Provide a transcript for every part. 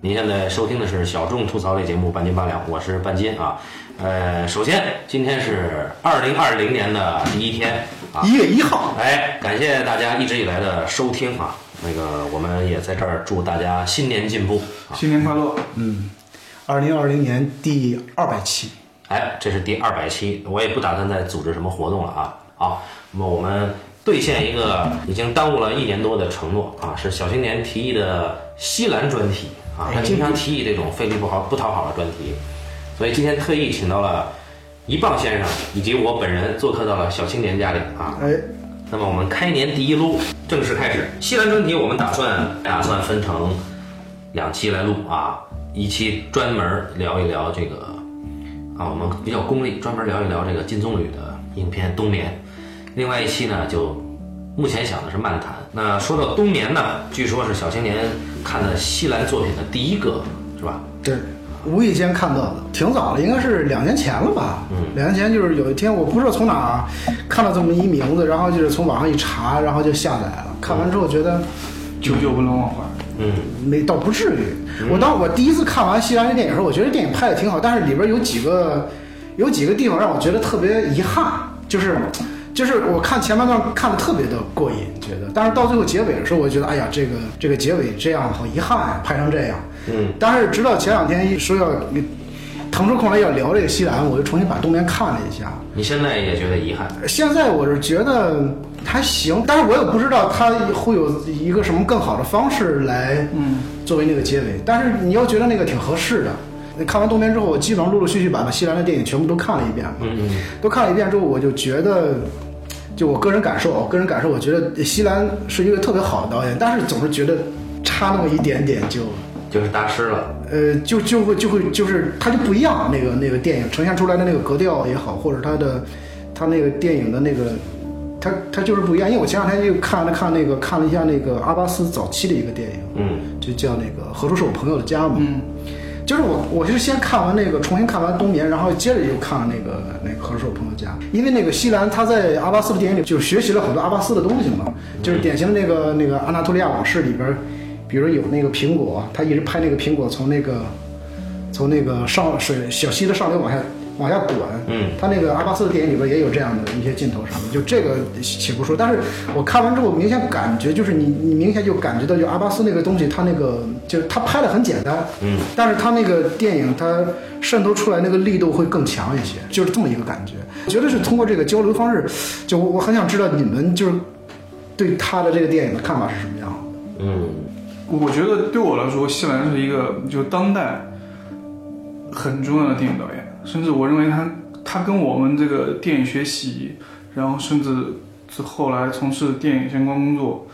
您现在收听的是小众吐槽类节目《半斤八两》，我是半斤啊。呃，首先今天是二零二零年的第一天啊，一月一号，哎，感谢大家一直以来的收听啊。那个，我们也在这儿祝大家新年进步啊！新年快乐！嗯，二零二零年第二百期，哎，这是第二百期，我也不打算再组织什么活动了啊。好，那么我们兑现一个已经耽误了一年多的承诺啊，是小青年提议的西兰专题啊。他经常提议这种费力不好不讨好的专题，所以今天特意请到了一棒先生以及我本人做客到了小青年家里啊。哎，那么我们开年第一撸正式开始。西兰专题我们打算打算分成两期来录啊，一期专门聊一聊这个啊，我们比较功利，专门聊一聊这个金棕榈的影片《冬眠》。另外一期呢，就目前想的是漫谈。那说到《冬眠》呢，据说是小青年看的西兰作品的第一个，是吧？对，无意间看到的，挺早了，应该是两年前了吧？嗯，两年前就是有一天，我不知道从哪儿看到这么一名字，然后就是从网上一查，然后就下载了。看完之后觉得久久不能忘怀。嗯，没倒不至于。我当我第一次看完《西兰》这电影的时候，我觉得电影拍的挺好，但是里边有几个有几个地方让我觉得特别遗憾，就是就是我看前半段看的特别的过瘾，觉得，但是到最后结尾的时候，我觉得哎呀，这个这个结尾这样好遗憾呀、拍成这样。嗯，但是直到前两天一说要腾出空来要聊这个《西兰》，我又重新把《冬眠》看了一下。你现在也觉得遗憾？现在我是觉得还行，但是我也不知道他会有一个什么更好的方式来，嗯，作为那个结尾。但是你要觉得那个挺合适的，你看完《冬眠》之后，我基本上陆陆续续把西兰的电影全部都看了一遍嘛，嗯嗯，都看了一遍之后，我就觉得，就我个人感受，我个人感受，我觉得西兰是一个特别好的导演，但是总是觉得差那么一点点就。就是大师了。呃，就就会就会就是它就不一样，那个那个电影呈现出来的那个格调也好，或者它的它那个电影的那个，它它就是不一样。因为我前两天又看了看那个看了一下那个阿巴斯早期的一个电影，嗯，就叫那个《何处是我朋友的家》嘛。嗯，就是我我是先看完那个重新看完《冬眠》，然后接着又看了那个那个《何处是我朋友的家》，因为那个西兰他在阿巴斯的电影里就是学习了很多阿巴斯的东西嘛，就是典型的那个那个《安纳托利亚往事》里边，比如有那个苹果，他一直拍那个苹果从那个从那个上水小溪的上流往下。往下滚，嗯，他那个阿巴斯的电影里边也有这样的一些镜头什么的，就这个且不说，但是我看完之后明显感觉就是你你明显就感觉到就阿巴斯那个东西，他那个就是他拍的很简单，嗯，但是他那个电影它渗透出来那个力度会更强一些，就是这么一个感觉。我觉得是通过这个交流方式，就我我很想知道你们就是对他的这个电影的看法是什么样的。嗯，我觉得对我来说，西兰是一个就当代很重要的电影导演，甚至我认为他他跟我们这个电影学习，然后甚至之后来从事电影相关工作，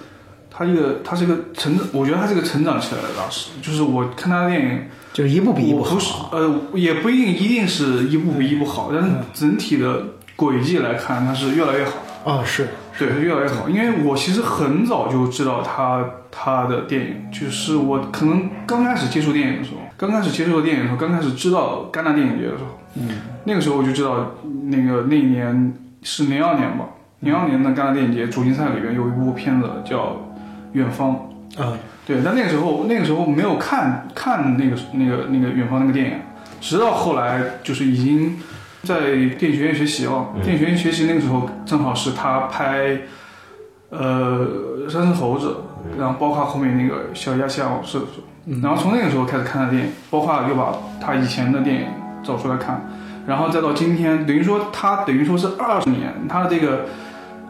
他一个他是一个成长，我觉得他是一个成长起来的大师。就是我看他的电影，就是一步比一步我不是好，呃，也不一定一定是一步比一步好，但是整体的轨迹来看，他是越来越好。啊、是对，越来越好。因为我其实很早就知道他他的电影，就是我可能刚开始接触电影的时候，刚开始接触电影的时候，刚开始知道戛纳电影节的时候，嗯，那个时候我就知道，那个那一年是零二年吧，零二年的戛纳电影节主竞赛里面有一部片子叫《远方》，啊、对，但那个时候那个时候没有看看那个那个那个远方那个电影，直到后来就是已经在电影学院学习了。电影学院学习那个时候正好是他拍，呃，《三只猴子》，然后包括后面那个《小鸭西洋往事》的时候，然后从那个时候开始看他的电影，包括又把他以前的电影找出来看，然后再到今天，等于说他等于说是二十年，他的这个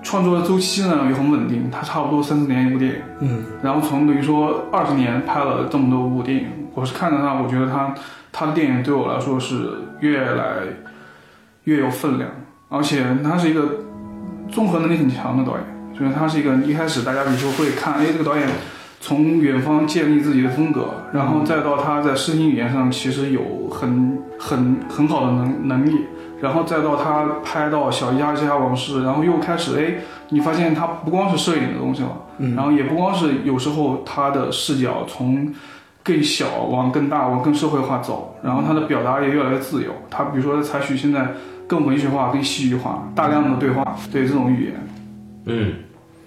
创作的周期呢也很稳定，他差不多三四年一部电影。嗯，然后从等于说二十年拍了这么多部电影，我是看着他，我觉得他他的电影对我来说是越来越有分量，而且他是一个综合能力很强的导演，所以他是一个一开始大家比如说会看，哎，这个导演从远方建立自己的风格，然后再到他在视听语言上其实有很很很好的能能力，然后再到他拍到《小鸭之家往事》，然后又开始哎，你发现他不光是摄影的东西了。嗯然后也不光是有时候他的视角从更小往更大往更社会化走，然后他的表达也越来越自由。他比如说采取现在更文学化、更戏剧化、大量的对话，对这种语言。嗯，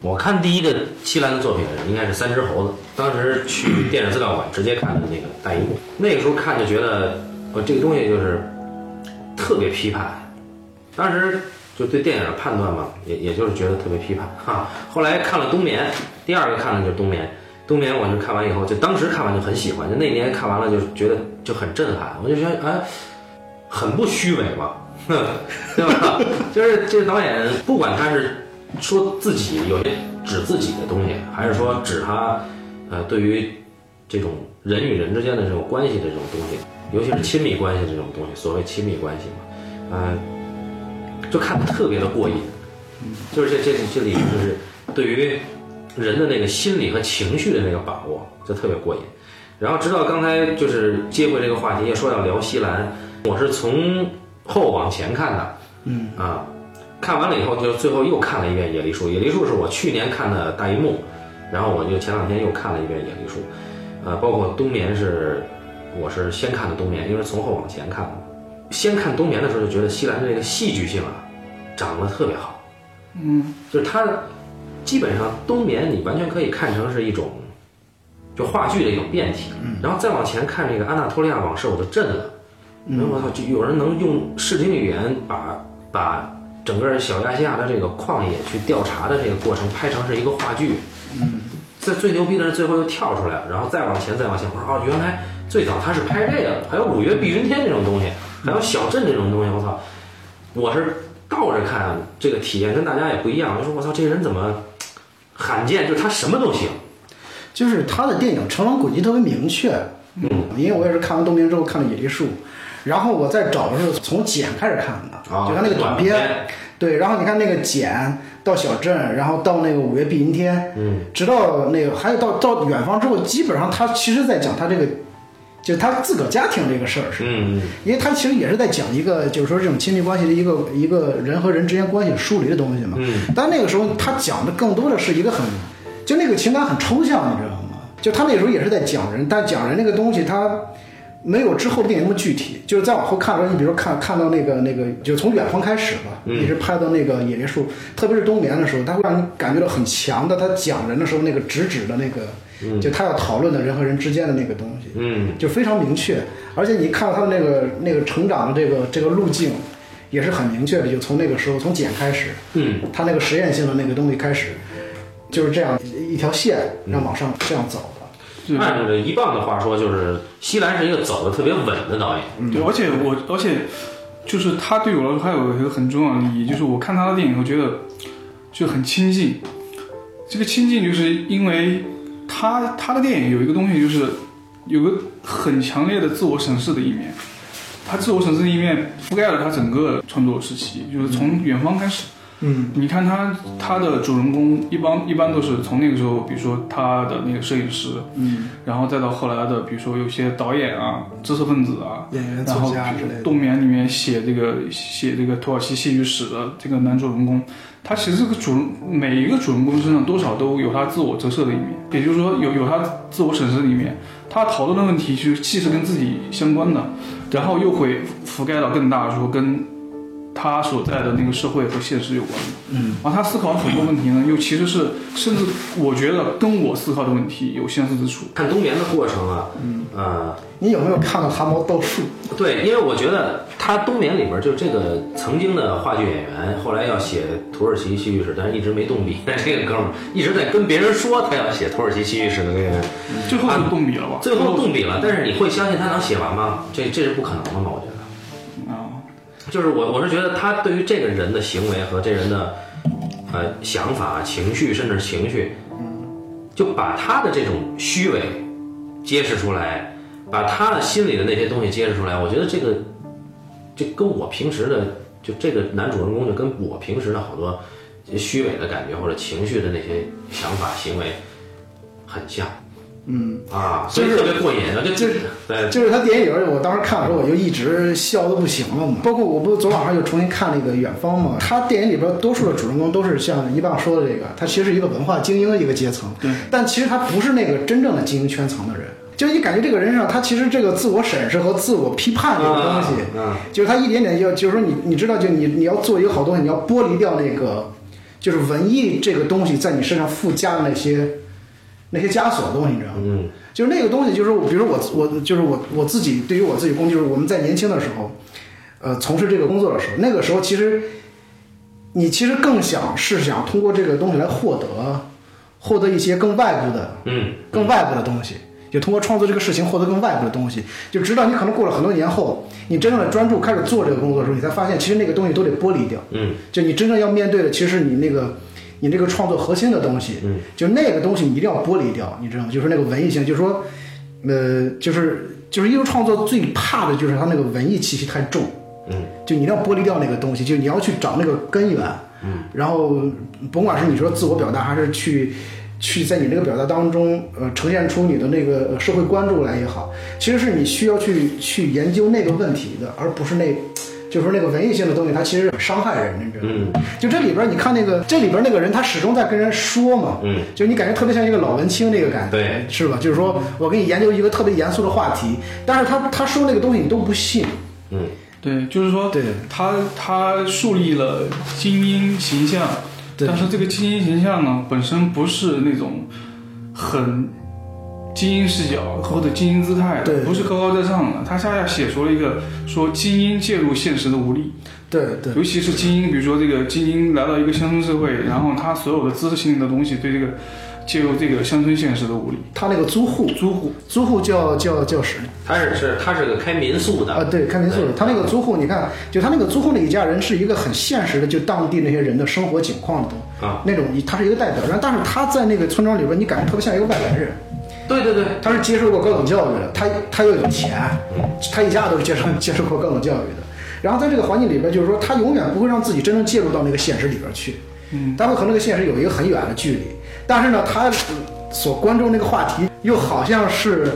我看第一个西兰的作品应该是《三只猴子》，当时去电影资料馆直接看的那个大荧幕，那个时候看就觉得，我这个东西就是特别批判，当时就对电影的判断嘛，也也就是觉得特别批判哈、后来看了《冬眠》，第二个看的就是《冬眠》，《冬眠》我就看完以后，就当时看完就很喜欢，就那年看完了就觉得就很震撼，我就觉得哎，很不虚伪嘛， 对吧？就是这个导演，不管他是说自己有些指自己的东西，还是说指他呃对于这种人与人之间的这种关系的这种东西，尤其是亲密关系这种东西，所谓亲密关系嘛，嗯、呃就看得特别的过瘾。就是这这这里就是对于人的那个心理和情绪的那个把握，就特别过瘾。然后直到刚才就是接回这个话题，说要聊西兰，我是从后往前看的，嗯啊，看完了以后就最后又看了一遍《野梨树》，《野梨树》是我去年看的大荧幕，然后我就前两天又看了一遍《野梨树》，呃，包括《冬眠》是我是先看的《冬眠》，因为是从后往前看的，先看《冬眠》的时候就觉得西兰的这个戏剧性啊，长得特别好。嗯就是它基本上冬眠，你完全可以看成是一种就话剧的一种变体。然后再往前看这个《安纳托利亚往事》，我就震了。然后我操，就有人能用视听语言把把整个小亚细亚的这个旷野去调查的这个过程拍成是一个话剧。最最牛逼的是最后又跳出来，然后再往前再往前，我说哦，原来最早他是拍这个的，还有五岳碧云天这种东西，还有小镇这种东西，我操，我是倒着看，这个体验跟大家也不一样。我说我操，这人怎么罕见？就是他什么都行。就是他的电影成长轨迹特别明确。嗯，因为我也是看完《冬眠》之后看了《野梨树》，然后我再找的时候从剪开始看的，啊就他那个短短片对，然后你看那个剪到小镇，然后到那个五月碧云天，嗯，直到那个还有到到远方之后，基本上他其实在讲他这个，就他自个儿家庭这个事儿是，嗯，因为他其实也是在讲一个，就是说这种亲密关系的一个一个人和人之间关系疏离的东西嘛。嗯。但那个时候他讲的更多的是一个很，就那个情感很抽象，你知道吗？就他那时候也是在讲人，但讲人那个东西他。没有之后的电影那么具体，就是再往后看的时候，你比如说看看到那个那个，就从远方开始吧，嗯一直拍到那个野梨树，特别是冬眠的时候，它会让你感觉到很强的，他讲人的时候那个直指的那个，就他要讨论的人和人之间的那个东西，嗯就非常明确，而且你看到他们那个那个成长的这个这个路径，也是很明确的，就从那个时候从茧开始，嗯，他那个实验性的那个东西开始，就是这样一条线，让往上这样走的。对按照一棒的话说，就是西兰是一个走的特别稳的导演。对，而且我，而且就是他对我来说还有一个很重要的意义，就是我看他的电影，我觉得就很亲近。这个亲近，就是因为他他的电影有一个东西，就是有个很强烈的自我审视的一面。他自我审视的一面覆盖了他整个创作时期，就是从远方开始。嗯你看他他的主人公一般一般都是从那个时候，比如说他的那个摄影师，嗯，然后再到后来的，比如说有些导演啊、知识分子啊，演员然后作家之类《的。冬眠》里面写这个写这个土耳其戏剧史的这个男主人公，他其实这个主人每一个主人公身上多少都有他自我折射的一面，也就是说有有他自我审视的一面。他讨论的问题就是既是跟自己相关的，然后又会覆盖到更大，说跟他所在的那个社会和现实有关的。嗯，然后他思考很多问题呢，又其实是甚至我觉得跟我思考的问题有相似之处。看冬眠的过程啊，嗯，呃，你有没有看到汗毛倒竖？对，因为我觉得他《冬眠》里边就这个曾经的话剧演员，后来要写土耳其戏剧史，但是一直没动笔。 这个哥们儿一直在跟别人说他要写土耳其戏剧史的那个人，最后就动笔了吧？最后动笔了，但是你会相信他能写完吗？这这是不可能的嘛？我觉得，啊，就是我我是觉得他对于这个人的行为和这人的呃想法、情绪，甚至情绪，就把他的这种虚伪揭示出来，把他的心里的那些东西揭示出来。我觉得这个就跟我平时的，就这个男主人公就跟我平时的好多虚伪的感觉或者情绪的那些想法、行为很像。嗯啊，所以就是特别过瘾，就就就是对，就是他电影，我当时看的时候，我就一直笑的不行了嘛。包括我不昨晚上又重新看那个《远方》嘛，他电影里边多数的主人公都是像一棒说的这个，他其实是一个文化精英的一个阶层，对但其实他不是那个真正的精英圈层的人。就是你感觉这个人上，他其实这个自我审视和自我批判这个东西，嗯嗯嗯就是他一点点要，就是说你你知道，就你你要做一个好东西，你要剥离掉那个就是文艺这个东西在你身上附加的那些那些枷锁的东西，你知道吗？嗯，就是那个东西，就是我比如我我就是我我自己对于我自己工作，就是我们在年轻的时候，呃，从事这个工作的时候，那个时候其实你其实更想是想通过这个东西来获得获得一些更外部的嗯，更外部的东西，就通过创作这个事情获得更外部的东西。就直到你可能过了很多年后，你真正的专注开始做这个工作的时候，你才发现其实那个东西都得剥离掉。嗯，就你真正要面对的，其实是你那个你这个创作核心的东西。嗯，就那个东西你一定要剥离掉，你知道吗？就是那个文艺性，就是说，呃，就是就是艺术创作最怕的就是它那个文艺气息太重。嗯，就你一定要剥离掉那个东西，就你要去找那个根源。嗯，然后甭管是你说自我表达，还是去去在你这个表达当中，呃，呈现出你的那个呃社会关注来也好，其实是你需要去去研究那个问题的，而不是那，就是说那个文艺性的东西，它其实很伤害人，你知道吗？嗯就这里边儿你看那个这里边儿那个人，他始终在跟人说嘛，嗯，就你感觉特别像一个老文青那个感觉，对，是吧？就是说我给你研究一个特别严肃的话题，但是他他说那个东西你都不信，嗯，对，就是说对他他树立了精英形象，对但是这个精英形象呢，本身不是那种很精英视角或者精英姿态对的，不是高高在上的。他恰恰写出了一个说精英介入现实的无力，对对尤其是精英，比如说这个精英来到一个乡村社会，然后他所有的知识性的东西对这个介入这个乡村现实的无力。他那个租户，租户租户叫叫叫什他是是他是个开民宿的啊？对，开民宿的。他那个租户，你看，啊就他那个租户那一家人是一个很现实的，就当地那些人的生活景况的东啊，那种，他是一个代表。然后，但是他在那个村庄里边，你感觉特别像一个外来人。对对对，他是接受过高等教育的，他他又有钱，他一家都是接受 接受过高等教育的。然后在这个环境里边，就是说他永远不会让自己真正介入到那个现实里边去，嗯，他会和那个现实有一个很远的距离。但是呢，他呃所关注那个话题又好像是。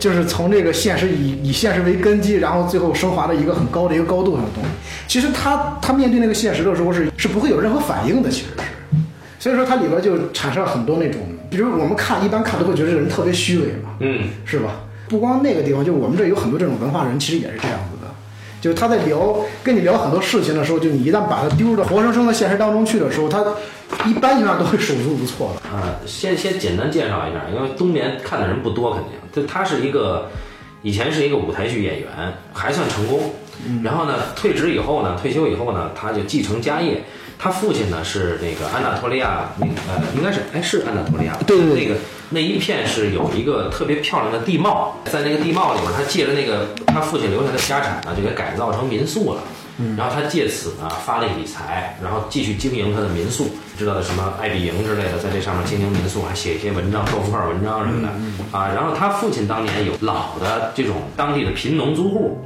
就是从这个现实以以现实为根基，然后最后升华到一个很高的一个高度上的东西。其实他他面对那个现实的时候是是不会有任何反应的，其实是。所以说它里边就产生了很多那种，比如我们看一般看都会觉得这人特别虚伪嘛，嗯是吧？不光那个地方，就我们这有很多这种文化人，其实也是这样子的。就是他在聊跟你聊很多事情的时候，就你一旦把他丢到活生生的现实当中去的时候，他一般情况下都会手足无措的。啊，先先简单介绍一下，因为冬眠看的人不多，肯定。就他是一个以前是一个舞台剧演员，还算成功。嗯然后呢，退职以后呢，退休以后呢，他就继承家业。他父亲呢是那个安纳托利亚，呃，应该是哎是安纳托利亚吧，对对对那个那一片是有一个特别漂亮的地貌，在那个地貌里边，他借着那个他父亲留下的家产呢，就给改造成民宿了。然后他借此呢发力理财，然后继续经营他的民宿，知道的什么爱彼迎之类的，在这上面经营民宿，还写一些文章、豆腐块文章什么的啊。然后他父亲当年有老的这种当地的贫农租户，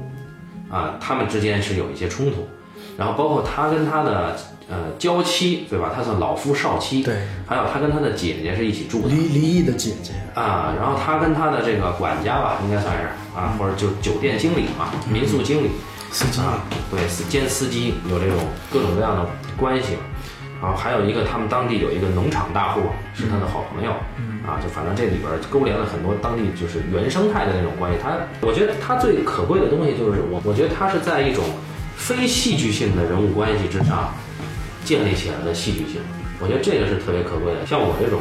啊，他们之间是有一些冲突，然后包括他跟他的呃娇妻对吧，他算老夫少妻，对，嗯还有他跟他的姐姐是一起住的离离异的姐姐，啊，然后他跟他的这个管家吧，应该算是啊，或者就酒店经理嘛，民宿经理，司机啊，对，司兼司机有这种各种各样的关系，然后还有一个他们当地有一个农场大户是他的好朋友，啊，就反正这里边勾连了很多当地就是原生态的那种关系。他，我觉得他最可贵的东西就是我，我觉得他是在一种非戏剧性的人物关系之上建立起来的戏剧性。我觉得这个是特别可贵的。像我这种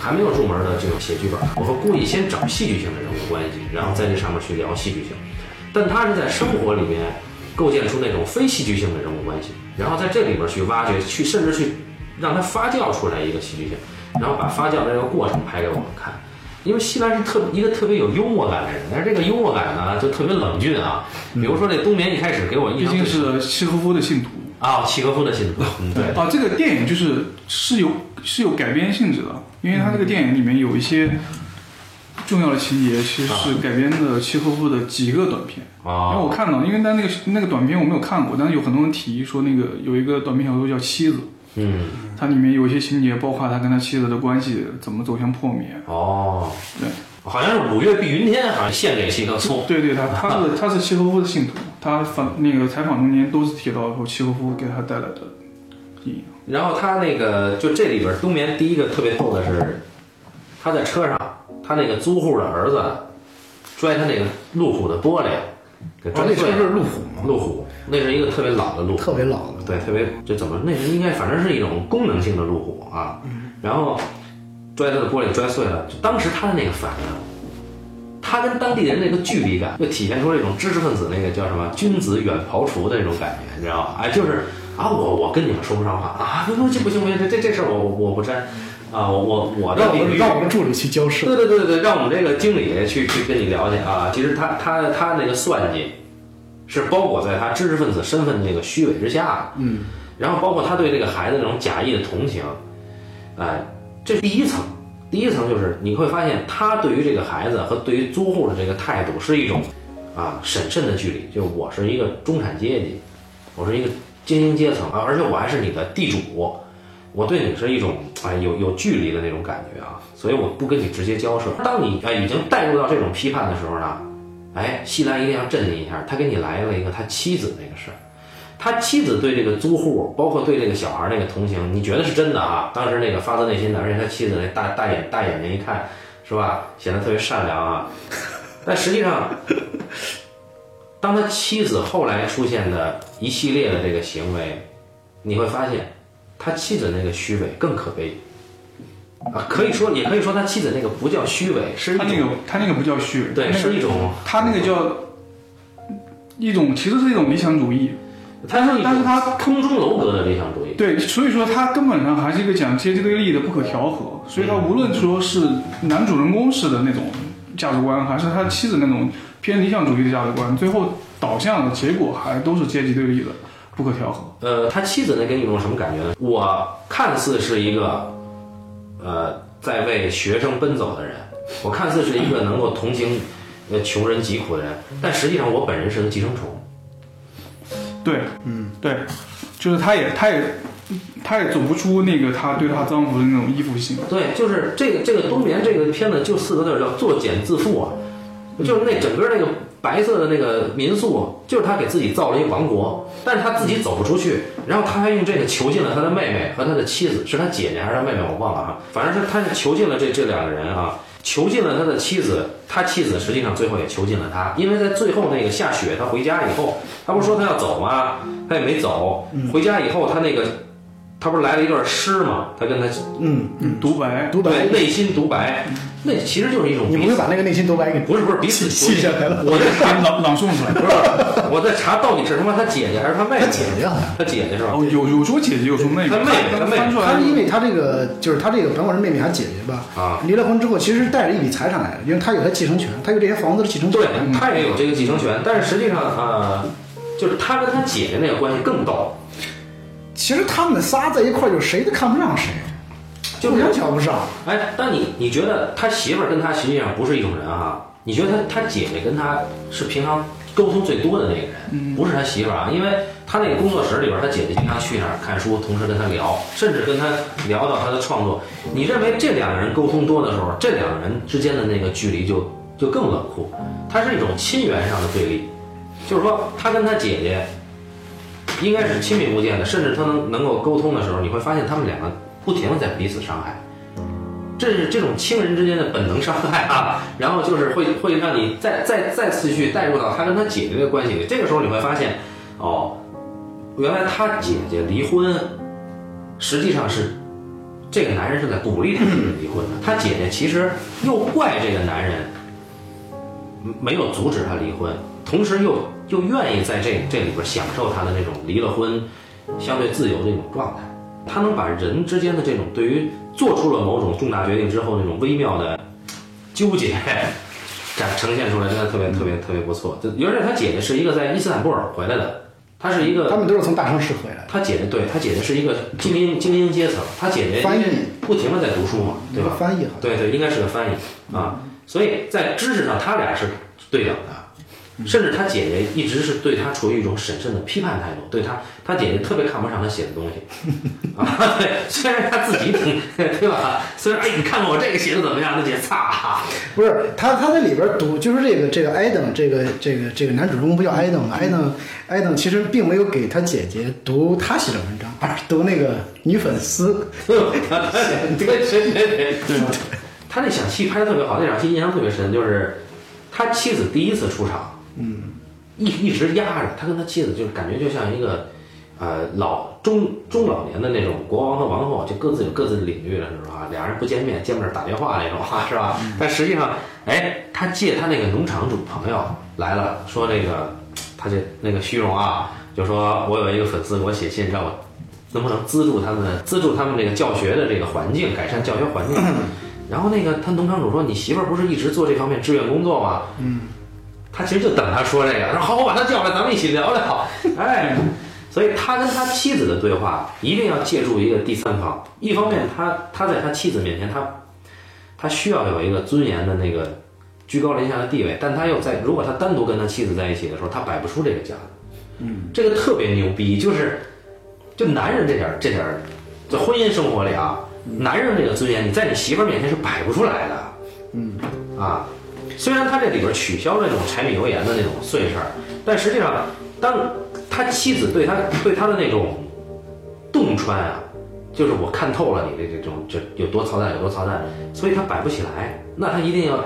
还没有入门的这种写剧本，我会故意先找戏剧性的人物关系，然后在这上面去聊戏剧性。但他是在生活里面构建出那种非戏剧性的人物关系，然后在这里边去挖掘，去甚至去让它发酵出来一个戏剧性，然后把发酵的这个过程拍给我们看。因为西兰是特一个特别有幽默感的人，但是这个幽默感呢就特别冷峻啊。比如说这冬眠一开始给我印毕象竟最深是契诃夫的信徒，啊，契诃夫的信徒，嗯，对，啊，这个电影就是是有是有改编性质的，因为它这个电影里面有一些重要的情节，其实是改编的契诃夫的几个短片。然后啊我看到，因为但那个那个短片我没有看过，但是有很多人提议说，那个有一个短片小说叫《妻子嗯》，，它里面有一些情节，包括他跟他妻子的关系怎么走向破灭。哦，对，好像是五月碧云天，好像献给契诃夫，对对，他他是他是契诃夫的信徒，他访那个采访中间都是提到说契诃夫给他带来的影响。然后他那个就这里边冬眠第一个特别逗的是，他在车上，他那个租户的儿子拽他那个路虎的玻璃，对，啊撞那车碎就是了。路虎嘛，路虎，那是一个特别老的路虎，特别老的。对，特别就怎么那是应该反正是一种功能性的路虎啊，然后摔他的玻璃摔碎了，就当时他的那个反应，他跟当地人那个距离感，就体现出这种知识分子那个叫什么“君子远庖厨”的那种感觉，你知道吗？哎，就是啊，我我跟你们说不上话啊，不不这不行不行，这这这事儿我我不沾啊，我我我的让我领们域让我们助理去交涉，对对对对，让我们这个经理去去跟你了解啊。其实他他他那个算计，是包裹在他知识分子身份的那个虚伪之下的。嗯，然后包括他对这个孩子那种假意的同情，哎、这是第一层。第一层就是你会发现，他对于这个孩子和对于租户的这个态度是一种啊审慎的距离，就是我是一个中产阶级，我是一个精英阶层啊，而且我还是你的地主，我对你是一种哎有有距离的那种感觉啊，所以我不跟你直接交涉。当你哎已经带入到这种批判的时候呢，哎，西兰一定要镇定一下，他给你来了一个他妻子那个事儿。他妻子对这个租户，包括对这个小孩儿那个同情，你觉得是真的啊？当时那个发自内心的，而且他妻子那大大眼大眼睛一看，是吧？显得特别善良啊。但实际上，当他妻子后来出现的一系列的这个行为，你会发现，他妻子那个虚伪更可悲。啊，可以说，也可以说他妻子那个不叫虚伪，是一他那个种他那个不叫虚伪，对，那个是一种他那个叫一种，其实是一种理想主义。他是一但是种他空中楼阁的理想主义。对，所以说他根本上还是一个讲阶级对立的不可调和。所以他无论说是男主人公式的那种价值观，还是他妻子那种偏理想主义的价值观，最后导向的结果还都是阶级对立的不可调和。呃，他妻子呢给你一种什么感觉呢？我看似是一个，呃，在为学生奔走的人，我看似是一个能够同情，呃，穷人疾苦的人，但实际上我本人是个寄生虫。对，嗯，对，就是他也他也他也走不出那个他对他丈夫的那种依附性。对，就是这个这个冬眠这个片子就四个字儿叫作茧自缚啊，就是那整个那个白色的那个民宿，就是他给自己造了一王国，但是他自己走不出去，然后他还用这个囚禁了他的妹妹和他的妻子，是他姐姐还是他妹妹我忘了啊，反正是他是囚禁了这这两个人啊。囚禁了他的妻子，他妻子实际上最后也囚禁了他，因为在最后那个下雪，他回家以后，他不是说他要走吗？他也没走，回家以后他那个，他不是来了一段诗吗？他跟他嗯，嗯，独白，独白对，，内心独白，那其实就是一种你彼嗯不会此，把那个内心独白给不是不是彼记此记下来了？我在查， 朗朗诵出来。不是我在查到底是他妈他姐姐还是他妹妹？他姐姐好像。他姐姐是吧？哦，有有说姐姐，有说妹妹，他妹妹他妹妹翻出来他因为他这个就是他这个，甭管是妹妹还是姐姐吧，啊，离了婚之后，其实是带着一笔财产来的，因为他有他继承权，他有这些房子的继承权对。，他也有这个继承权，但是实际上啊、呃就是他跟他姐姐那个关系更逗，其实他们仨在一块儿，就谁都看不上谁，就是互相瞧不上。哎，但你你觉得他媳妇儿跟他实际上不是一种人啊？你觉得他他姐姐跟他是平常沟通最多的那个人，不是他媳妇儿啊？因为他那个工作室里边，他姐姐经常去那儿看书，同时跟他聊，甚至跟他聊到他的创作。你认为这两个人沟通多的时候，这两个人之间的那个距离就就更冷酷，它是一种亲缘上的对立，就是说他跟他姐姐应该是亲密无间的，甚至他能能够沟通的时候，你会发现他们两个不停的在彼此伤害。这是这种亲人之间的本能伤害啊，然后就是会会让你再再再次去带入到他跟他姐姐的关系里。这个时候你会发现，哦，原来他姐姐离婚，实际上是这个男人是在鼓励他姐姐离婚的。他姐姐其实又怪这个男人没有阻止他离婚，同时又又愿意在这这里边享受他的那种离了婚相对自由的一种状态。他能把人之间的这种对于做出了某种重大决定之后那种微妙的纠结，展呈现出来，真的特别特别特别不错。就而且他姐姐是一个在伊斯坦布尔回来的，她是一个他们都是从大城市回来的，他姐姐对他姐姐是一个精英精英阶层，他姐姐翻译因为不停的在读书嘛，对吧？翻译好像。对对，应该是个翻译啊。所以在知识上，他俩是对等的，甚至他姐姐一直是对他处于一种审慎的批判态度，对他，他姐姐特别看不上他写的东西 啊。对，虽然他自己挺 对吧？虽然哎，你看看我这个写的怎啊么样？他姐擦，不是他，他在里边读，就是这个这个艾登，这个这个这个男主人公不叫艾登嗯吗？艾登艾登其实并没有给他姐姐读他写的文章，而是读那个女粉丝。对对对对对，他那场戏拍的特别好，那场戏印象特别深，就是他妻子第一次出场，嗯，一一直压着他跟他妻子，就是感觉就像一个呃老中中老年的那种国王和王后，就各自有各自的领域了，是吧？俩人不见面，见面打电话那种啊，是吧？但实际上，哎，他借他那个农场主朋友来了，说那个他这那个虚荣啊，就说我有一个粉丝给我写信让我。能不能资助他们资助他们这个教学的这个环境，改善教学环境？然后那个他农场主说：“你媳妇儿不是一直做这方面志愿工作吗？”嗯，他其实就等他说这个，他说好，我把他叫来，咱们一起聊聊。哎，所以他跟他妻子的对话一定要借助一个第三方，一方面他他在他妻子面前，他他需要有一个尊严的那个居高临下的地位，但他又在如果他单独跟他妻子在一起的时候，他摆不出这个架子。嗯，这个特别牛逼，就是就男人这点儿这点儿，在婚姻生活里啊，男人这个尊严，你在你媳妇儿面前是摆不出来的。嗯，啊，虽然他这里边取消了那种柴米油盐的那种碎事儿，但实际上，当他妻子对他对他的那种洞穿啊，就是我看透了你的这种这有多操蛋有多操蛋，所以他摆不起来，那他一定要，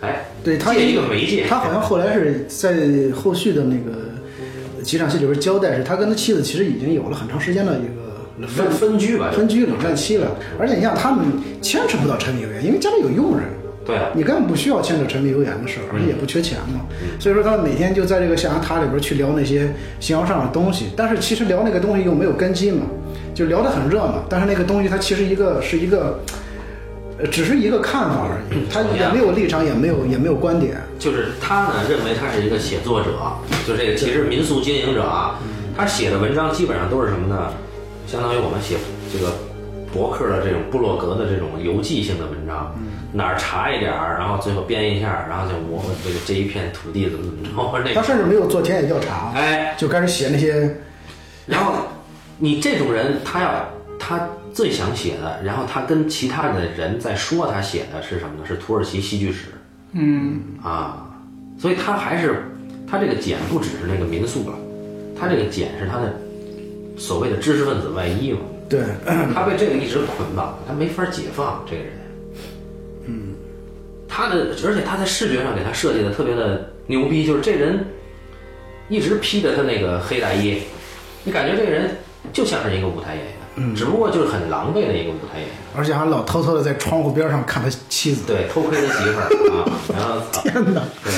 哎，对他借一个媒介，他好像后来是在后续的那个几场戏里边交代，是他跟他妻子其实已经有了很长时间的一个冷分分居吧，分居冷战期了，而且你像他们牵扯不到柴米油盐，因为家里有佣人，对啊，你根本不需要牵扯柴米油盐的事儿，而且也不缺钱嘛。所以说他每天就在这个象牙塔里边去聊那些形而上的东西，但是其实聊那个东西又没有根基嘛，就聊得很热闹，但是那个东西它其实一个是一个，呃，只是一个看法而已，它也没有立场，也没有也没有观点。就是他呢认为他是一个写作者，就这个其实民宿经营者啊，嗯他写的文章基本上都是什么呢？相当于我们写这个博客的这种部落格的这种游记性的文章，嗯哪儿查一点儿，然后最后编一下，然后就我这个这一片土地怎么怎么着，或者那他个甚至没有做田野调查，哎，就开始写那些然后你这种人，他要他最想写的，然后他跟其他的人在说他写的是什么呢？是土耳其戏剧史。嗯，啊，所以他还是他这个茧不只是那个民宿了，他这个茧是他的所谓的知识分子外衣嘛，对， 他被这个一直捆绑，他没法解放这个人。嗯，他的而且他在视觉上给他设计的特别的牛逼，就是这人一直披着他那个黑大衣，你感觉这个人就像是一个舞台演员，嗯只不过就是很狼狈的一个舞台演员，而且还老偷偷的在窗户边上看他妻子。对，偷窥他媳妇儿啊， 然后 天哪！对，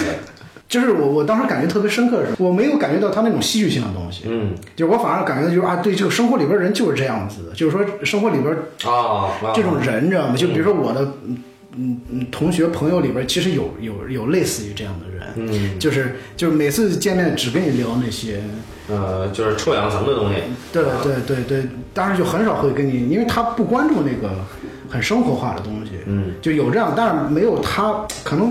就是我，我当时感觉特别深刻的是，我没有感觉到他那种戏剧性的东西，嗯，就是我反而感觉就是啊，对，这个生活里边人就是这样子的，就是说生活里边哦，哇这种人，你知道吗？就比如说我的，嗯嗯嗯，同学朋友里边其实有有有类似于这样的人，嗯，就是就是每次见面只跟你聊那些，呃，就是臭氧层的东西。对对对对，当然就很少会跟你，因为他不关注那个很生活化的东西，嗯，就有这样，但是没有他可能。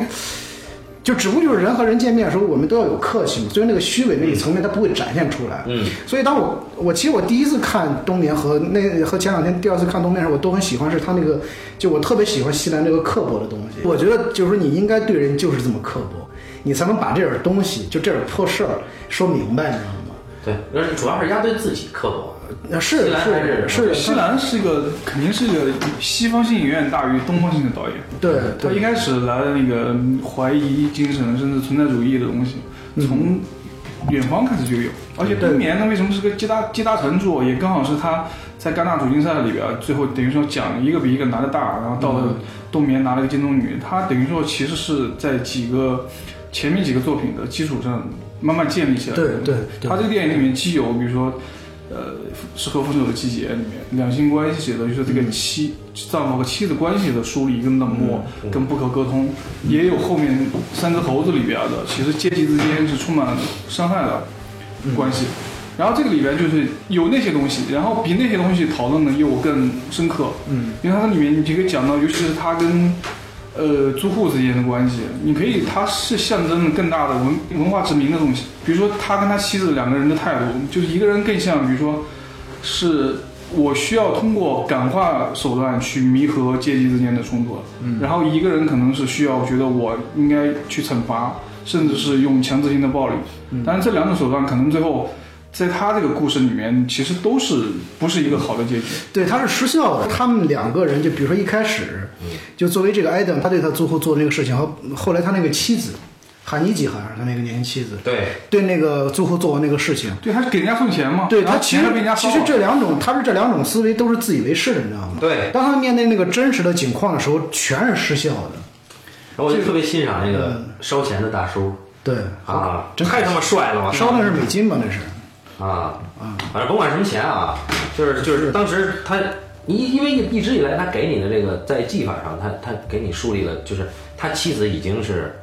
就只不过就是人和人见面的时候，我们都要有客气嘛。所以那个虚伪那一层面，它不会展现出来。嗯，所以当我我其实我第一次看《冬眠》和那和前两天第二次看《冬眠》的时候，我都很喜欢，是他那个就我特别喜欢西兰这个刻薄的东西。我觉得就是说你应该对人就是这么刻薄，你才能把这点东西就这点破事儿说明白，你知道吗？对，而且主要是压对自己刻薄。那是西兰还是是是，西兰是一个肯定是一个西方性远远大于东方性的导演，对他一对开始来的那个怀疑精神甚至存在主义的东西，从远方开始就有。而且嗯对冬眠呢，为什么是个集大集大成作？也刚好是他在戛纳主竞赛里边，最后等于说奖一个比一个拿的大，然后到嗯了冬眠拿了个金棕榈。他等于说其实是在几个前面几个作品的基础上慢慢建立起来的。对对对他这个电影里面既有比如说。呃，适合分手的季节里面，两性关系写的就是这个妻、丈夫和妻子关系的疏离跟冷漠、跟不可沟通，也有后面三只猴子里边的，其实阶级之间是充满伤害的关系。然后这个里边就是有那些东西，然后比那些东西讨论的又更深刻。嗯，因为它里面你可以讲到，尤其是他跟呃租户之间的关系，你可以它是象征了更大的文文化殖民的东西。比如说他跟他妻子两个人的态度，就是一个人更像，比如说是我需要通过感化手段去弥合阶级之间的冲突，然后一个人可能是需要觉得我应该去惩罚，甚至是用强制性的暴力。但是这两种手段可能最后。在他这个故事里面，其实都是不是一个好的结局。对，他是失效的。他们两个人就比如说一开始，就作为这个艾登，他对他最后做的那个事情，和后来他那个妻子，海尼基好像是他那个年轻妻子，对，对那个最后做的那个事情，对，他给人家送钱嘛，对然他后其钱实还被人家其收实了这两种，他是这两种思维都是自以为是的，你知道吗？对当他面对那个真实的景况的时候，全是失效的。然后我就特别欣赏那个嗯烧钱的大叔对，啊，真太他妈帅了吧！烧的是美金吧？那是，啊，反正甭管什么钱啊，就是就是当时他，你因为一直以来他给你的这个在技法上，他他给你树立了，就是他妻子已经是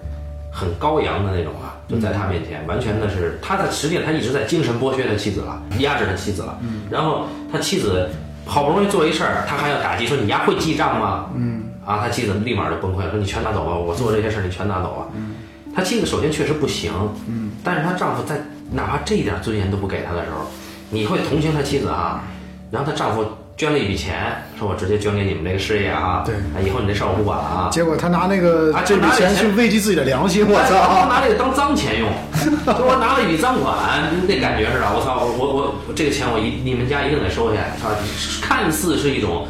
很高扬的那种了，就在他面前完全的是他的，实际上他一直在精神剥削他妻子了，压制他妻子了，然后他妻子好不容易做一事儿，他还要打击说你丫会记账吗？嗯，啊，他妻子立马就崩溃了，说你全拿走吧，我做这些事儿你全拿走啊。他妻子首先确实不行，嗯，但是她丈夫在哪怕这一点尊严都不给她的时候，你会同情她妻子啊。然后她丈夫捐了一笔钱，说我直接捐给你们这个事业啊，对啊，以后你这事儿我不管了啊。结果他拿那个啊这笔他拿这钱钱去慰藉自己的良心，我他操！哎拿这个当脏钱用，就我拿了一笔赃款，那感觉是啊，我操，我我我这个钱我一你们家一定得收下啊！看似是一种，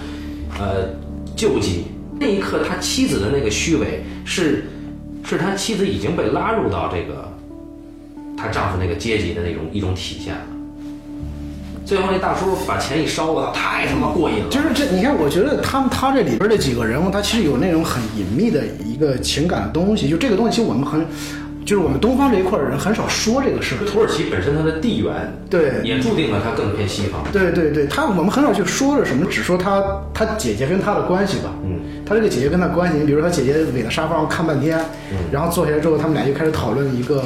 呃，救济。那一刻，他妻子的那个虚伪是，是他妻子已经被拉入到这个她丈夫那个阶级的那种一种体现了。最后那大叔把钱一烧，我操，太他妈过瘾了！就是这，你看，我觉得他们他这里边的几个人物，他其实有那种很隐秘的一个情感的东西。就这个东西，其实我们很，就是我们东方这一块的人很少说这个事儿。土耳其本身它的地缘，对也注定了它更偏西方。对对对，他我们很少去说了什么，只说他他姐姐跟他的关系吧。嗯，他这个姐姐跟他关系，你比如说他姐姐围在沙发上看半天，嗯然后坐下来之后，他们俩就开始讨论一个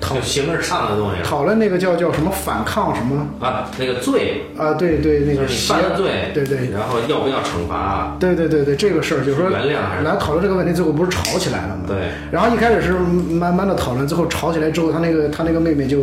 讨就形而上的东西了讨论那个叫叫什么反抗什么啊，那个罪啊？对对，那就是个你邪犯了罪，对对然后要不要惩罚？啊对对对对，这个事儿就是说原谅还是来讨论这个问题，最后不是吵起来了吗？对。然后一开始是慢慢的讨论，最后吵起来之后，他那个他那个妹妹就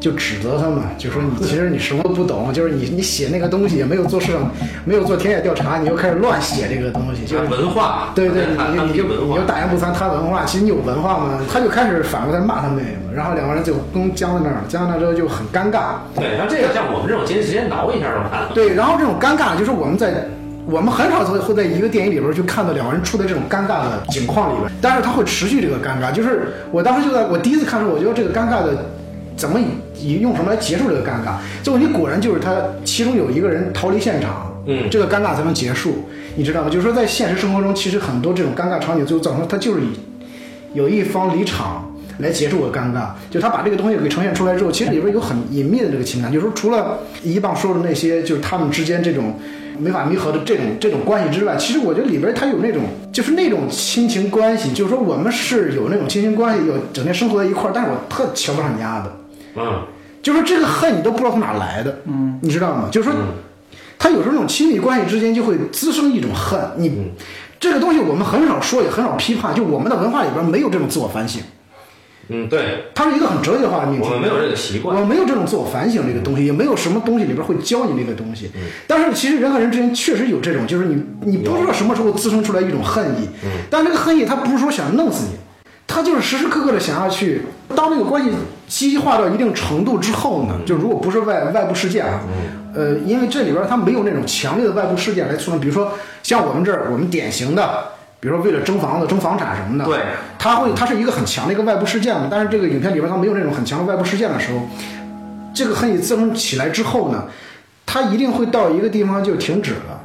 就指责他嘛，就说你其实你什么都不懂，就是你你写那个东西也没有做市场，没有做田野调查，你又开始乱写这个东西，就是。文化，对对，啊他你他你们就文你化就，大言不惭他文化，其实你有文化吗？他就开始反过来骂他妹妹嘛，然后两个人就跟僵在那儿了，僵在那儿之后就很尴尬。对，然后这个像我们这种直接挠一下就完了。对，然后这种尴尬就是我们在我们很少会会在一个电影里边去看到两个人处在这种尴尬的境况里边，但是他会持续这个尴尬。就是我当时就在我第一次看的时候，我觉得这个尴尬的怎么以以用什么来结束这个尴尬？最后你果然就是他其中有一个人逃离现场，嗯这个尴尬才能结束，你知道吗？就是说在现实生活中，其实很多这种尴尬场景最后造成它就是以有一方离场来结束个尴尬。就他把这个东西给呈现出来之后，其实里边有很隐秘的这个情感，就是说除了一棒说的那些，就是他们之间这种没法弥合的这种这种关系之外，其实我觉得里边他有那种就是那种亲情关系，就是说我们是有那种亲情关系，有整天生活在一块儿，但是我特瞧不上你丫的，嗯，就是这个恨你都不知道从哪来的，嗯，你知道吗？就是说。他有时候那种亲密关系之间就会滋生一种恨，你、嗯这个东西我们很少说，也很少批判，就我们的文化里边没有这种自我反省，嗯，对，它是一个很哲学化的命题。我们没有这个习惯。我没有这种自我反省这个东西，也没有什么东西里边会教你这个东西。但是其实人和人之间确实有这种，就是你你不知道什么时候滋生出来一种恨意，但这个恨意他不是说想弄死你，他就是时时刻刻的想要去。当这个关系激化到一定程度之后呢，就如果不是外外部事件啊，呃，因为这里边它没有那种强烈的外部事件来促成，比如说像我们这儿我们典型的。比如说，为了争房子、争房产什么的，对，它啊会，它是一个很强的一个外部事件嘛。但是这个影片里边它没有那种很强的外部事件的时候，这个恨意滋生起来之后呢，它一定会到一个地方就停止了。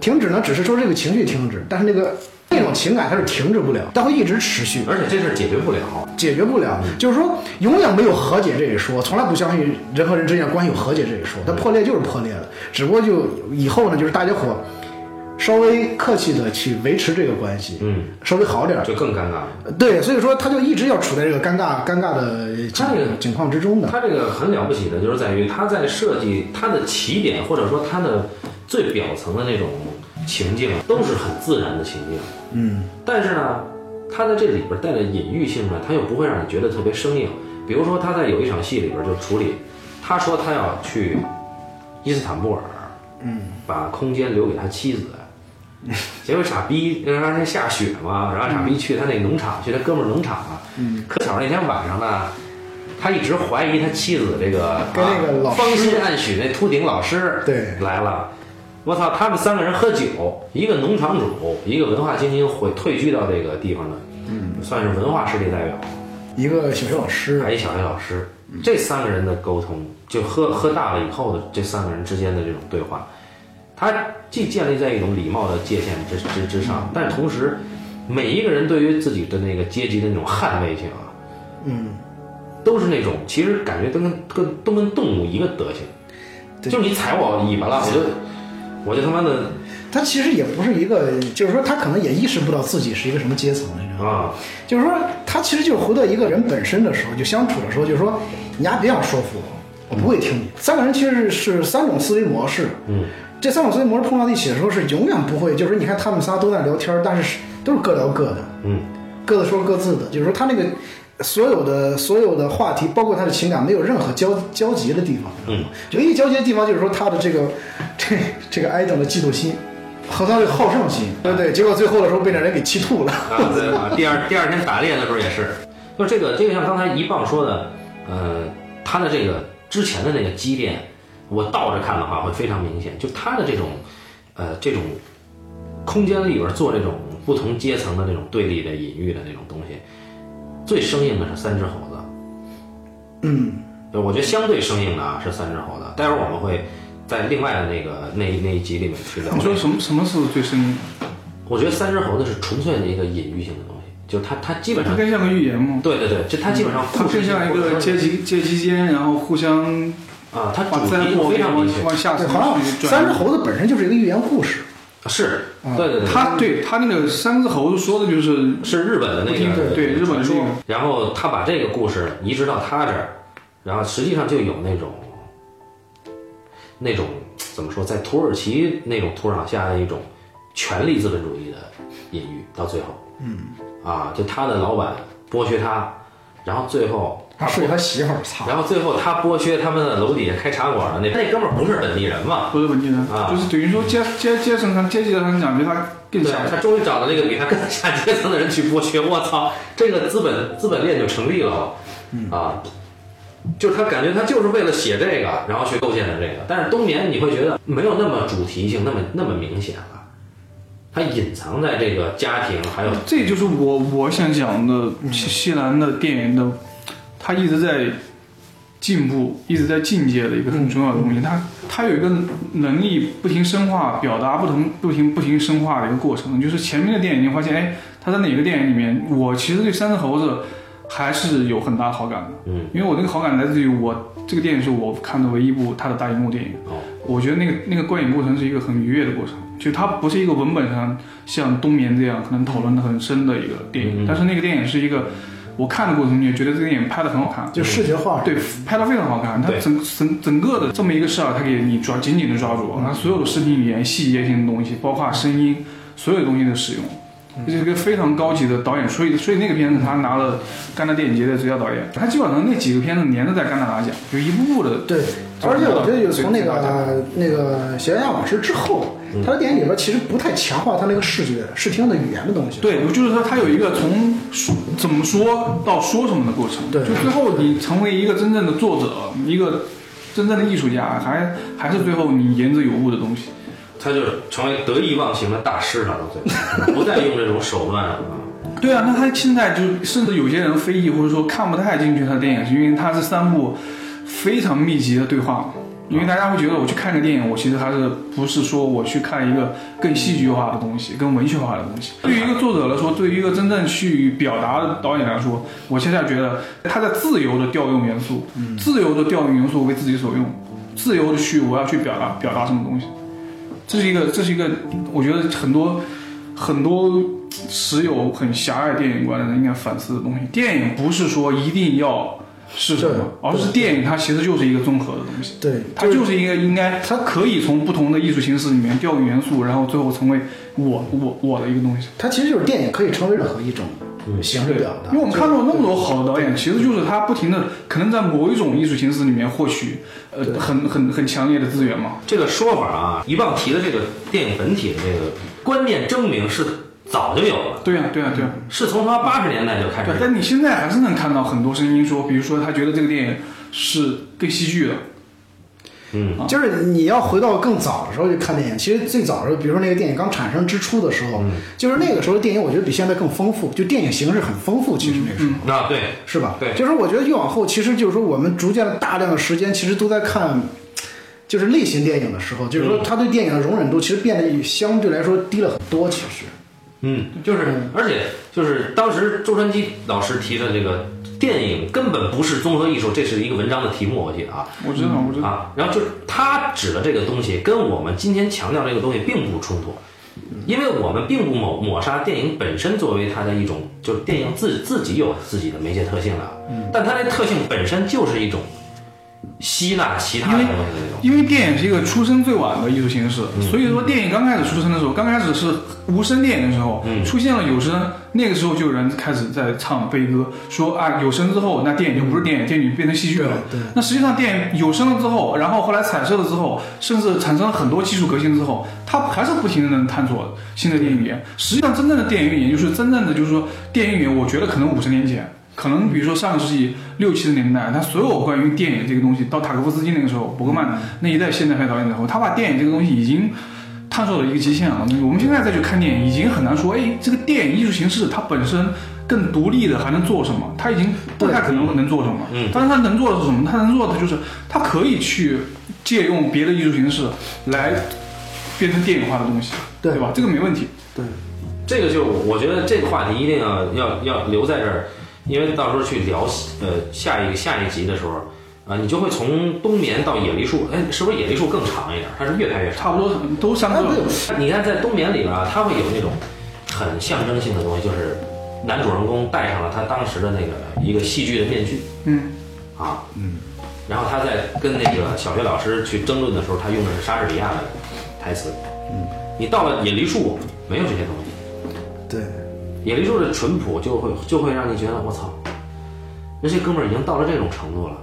停止呢，只是说这个情绪停止，但是那个那种情感它是停止不了，它会一直持续，而且这事儿解决不了，解决不了。就是说，永远没有和解这一说，从来不相信人和人之间关系有和解这一说。它破裂就是破裂了，只不过就以后呢，就是大家伙稍微客气的去维持这个关系，嗯，稍微好点儿。就更尴尬了。对，所以说他就一直要处在这个尴尬尴尬的他这个境境况之中的。他这个很了不起的就是在于他在设计他的起点，或者说他的最表层的那种情境，都是很自然的情境。嗯，但是呢，他在这里边带着隐喻性呢，他又不会让你觉得特别生硬。比如说他在有一场戏里边就处理，他说他要去伊斯坦布尔，嗯，把空间留给他妻子。结果傻逼，那当天下雪嘛，然后傻逼去他那农场，去他哥们儿农场啊。嗯，可巧那天晚上呢，他一直怀疑他妻子这个跟那个啊老师芳心暗许那秃顶老师对来了。我操，他们三个人喝酒，一个农场主，一个文化精英，会退居到这个地方的，嗯，算是文化势力代表，一个小学老师，还有一小学老师，这三个人的沟通，就喝喝大了以后的这三个人之间的这种对话，它既建立在一种礼貌的界限之之之上，但同时，每一个人对于自己的那个阶级的那种捍卫性啊，嗯，都是那种其实感觉都跟跟都跟动物一个德行，对就是你踩我尾巴了，我就我就他妈的他其实也不是一个，就是说他可能也意识不到自己是一个什么阶层，你知道吗？啊，就是说他其实就是回到一个人本身的时候，就相处的时候，就是说你丫别想说服我，我不会听你。三个人其实是三种思维模式，嗯，这三种思维模式碰到一起的时候是永远不会，就是说你看他们仨都在聊天，但是都是各聊各的，嗯，各自说各自的，就是说他那个所有的所有的话题，包括他的情感，没有任何交交集的地方。嗯，唯一交集的地方就是说他的这个这这个 idol 的嫉妒心和他的好胜心，对不对？结果最后的时候被那人给气吐了。啊，对啊，第二第二天打猎的时候也是，就这个这个像刚才一棒说的，呃，他的这个之前的那个积淀，我倒着看的话会非常明显，就他的这种，呃，这种空间里边做这种不同阶层的那种对立的隐喻的那种东西，最生硬的是三只猴子，嗯，对，我觉得相对生硬的啊是三只猴子，待会儿我们会在另外的那个那那一集里面去聊你这说个。什么什么是最深？我觉得三只猴子是纯粹的一个隐喻性的东西，就它它基本上它更像个寓言嘛，对对对，就它基本上它故事更性像一或者个说阶级阶级间，然后互相啊，它往主灾题祸非往常明确，往下对，层好像去三只转。猴子本身就是一个寓言故事。是啊对对对，他对他那个三只猴子说的就是是日本的那个对日本传这说个，然后他把这个故事移植到他这儿，然后实际上就有那种那种怎么说，在土耳其那种土壤下的一种权力资本主义的隐喻，到最后，嗯，啊，就他的老板剥削他，然后最后啊他睡他媳妇儿，操！然后最后他剥削他们的楼底下开茶馆的那那哥们儿不是本地人嘛，不是本地人，啊就是等于说阶阶阶层上阶级上讲比他更对小，他终于找到那个比他更下阶层的人去剥削，我操，这个资本资本链就成立了，啊，就是他感觉他就是为了写这个，然后去构建的这个，但是冬眠你会觉得没有那么主题性，那么那么明显了，它隐藏在这个家庭还有这就是我我想讲的西西兰的电影的，它一直在进步，一直在进阶的一个很重要的东西。它它有一个能力不停深化表达不同不停不停深化的一个过程。就是前面的电影你会发现，哎，它在哪个电影里面，我其实对三只猴子还是有很大好感的，嗯因为我那个好感来自于我这个电影是我看的唯一一部它的大荧幕电影。哦我觉得那个那个观影过程是一个很愉悦的过程，就它不是一个文本上像《冬眠》这样可能讨论的很深的一个电影，嗯但是那个电影是一个我看的过程，你觉得这个电影拍的很好看，就视觉化，哦对，拍的非常好看，它对整整整个的这么一个事儿，它给你抓紧紧的抓住，它所有的视听语言、细节性的东西，包括声音，所有东西的使用。这是一个非常高级的导演，所以所以那个片子他拿了戛纳电影节的最佳导演，他基本上那几个片子连着在戛纳拿奖，就一步步的对，而且我觉得有从那个那个斜阳老师之后，嗯他的电影里边其实不太强化他那个视觉、视听的语言的东西。对，就是说它有一个从说怎么说到说什么的过程，对就最后你成为一个真正的作者，一个真正的艺术家，还还是最后你言之有物的东西。他就成为得意忘形的大师了，到最后不再用这种手段了。对啊，那他现在就甚至有些人非议或者说看不太进去他的电影，是因为他是三部非常密集的对话。因为大家会觉得我去看个电影，我其实还是不是说我去看一个更戏剧化的东西、更文学化的东西。对于一个作者来说，对于一个真正去表达的导演来说，我现在觉得他在自由的调用元素，嗯自由的调用元素为自己所用，自由的去我要去表达表达什么东西。这是一个，这是一个，我觉得很多很多持有很狭隘电影观的人应该反思的东西。电影不是说一定要是什么，对而是电影它其实就是一个综合的东西，对，它就是一个应该它可以从不同的艺术形式里面调用元素，然后最后成为我我我的一个东西。它其实就是电影可以成为任何一种形式对表达。因为我们看到那么多好的导演，其实就是他不停的可能在某一种艺术形式里面获取呃很很很强烈的资源嘛。这个说法啊，一棒提的这个电影本体的这个观念证明是早就有了，对呀、对呀、对呀、是从他八十年代就开始对，啊但你现在嗯还是能看到很多声音说，比如说他觉得这个电影是更戏剧的，嗯啊就是你要回到更早的时候去看电影，其实最早的时候，比如说那个电影刚产生之初的时候，嗯就是那个时候的电影，我觉得比现在更丰富，就电影形式很丰富。其实那个时候。啊，对，是吧？对就是我觉得越往后，其实就是说我们逐渐的大量的时间，其实都在看，就是类型电影的时候，就是嗯说他对电影的容忍度其实变得相对来说低了很多。其实，嗯，就是，而且就是当时周传基老师提的这个电影根本不是综合艺术，这是一个文章的题目，我记得啊我知道，我知道，啊，然后就是他指的这个东西跟我们今天强调这个东西并不冲突，因为我们并不抹抹杀电影本身作为它的一种，就是电影自自己有自己的媒介特性了，但它的特性本身就是一种吸纳其他的东西的那种，因为电影是一个出生最晚的艺术形式，嗯所以说电影刚开始出生的时候，刚开始是无声电影的时候，嗯出现了有声，那个时候就有人开始在唱悲歌，说啊有声之后，那电影就不是电影，电影变成戏剧了。对对那实际上电影有声了之后，然后后来彩色了之后，甚至产生了很多技术革新之后，它还是不停的探索新的电影语言。实际上，真正的电影语言就是真正的就是说电影语言，我觉得可能五十年前。可能比如说上个世纪六七十年代，他所有关于电影这个东西，到塔科夫斯基那个时候，伯格曼那一代现代派导演之后，他把电影这个东西已经探索了一个极限了。我们现在再去看电影，已经很难说，哎，这个电影艺术形式它本身更独立的还能做什么？它已经不太可能能做什么。嗯但是它能做的是什么？它能做的就是它可以去借用别的艺术形式来变成电影化的东西，对吧？这个没问题。对，这个就我觉得这个话题一定要要要留在这儿，因为到时候去聊呃下一下一集的时候啊，你就会从冬眠到野梨树，哎，是不是野梨树更长一点？它是越拍越长，差不。多都相哎对不对，你看在冬眠里边啊，它会有那种很象征性的东西，就是男主人公戴上了他当时的那个一个戏剧的面具嗯，啊，嗯，然后他在跟那个小学老师去争论的时候，他用的是莎士比亚的台词，嗯，你到了野梨树没有这些东西。对，野梨树的淳朴就会就会让你觉得我操，那这哥们儿已经到了这种程度了。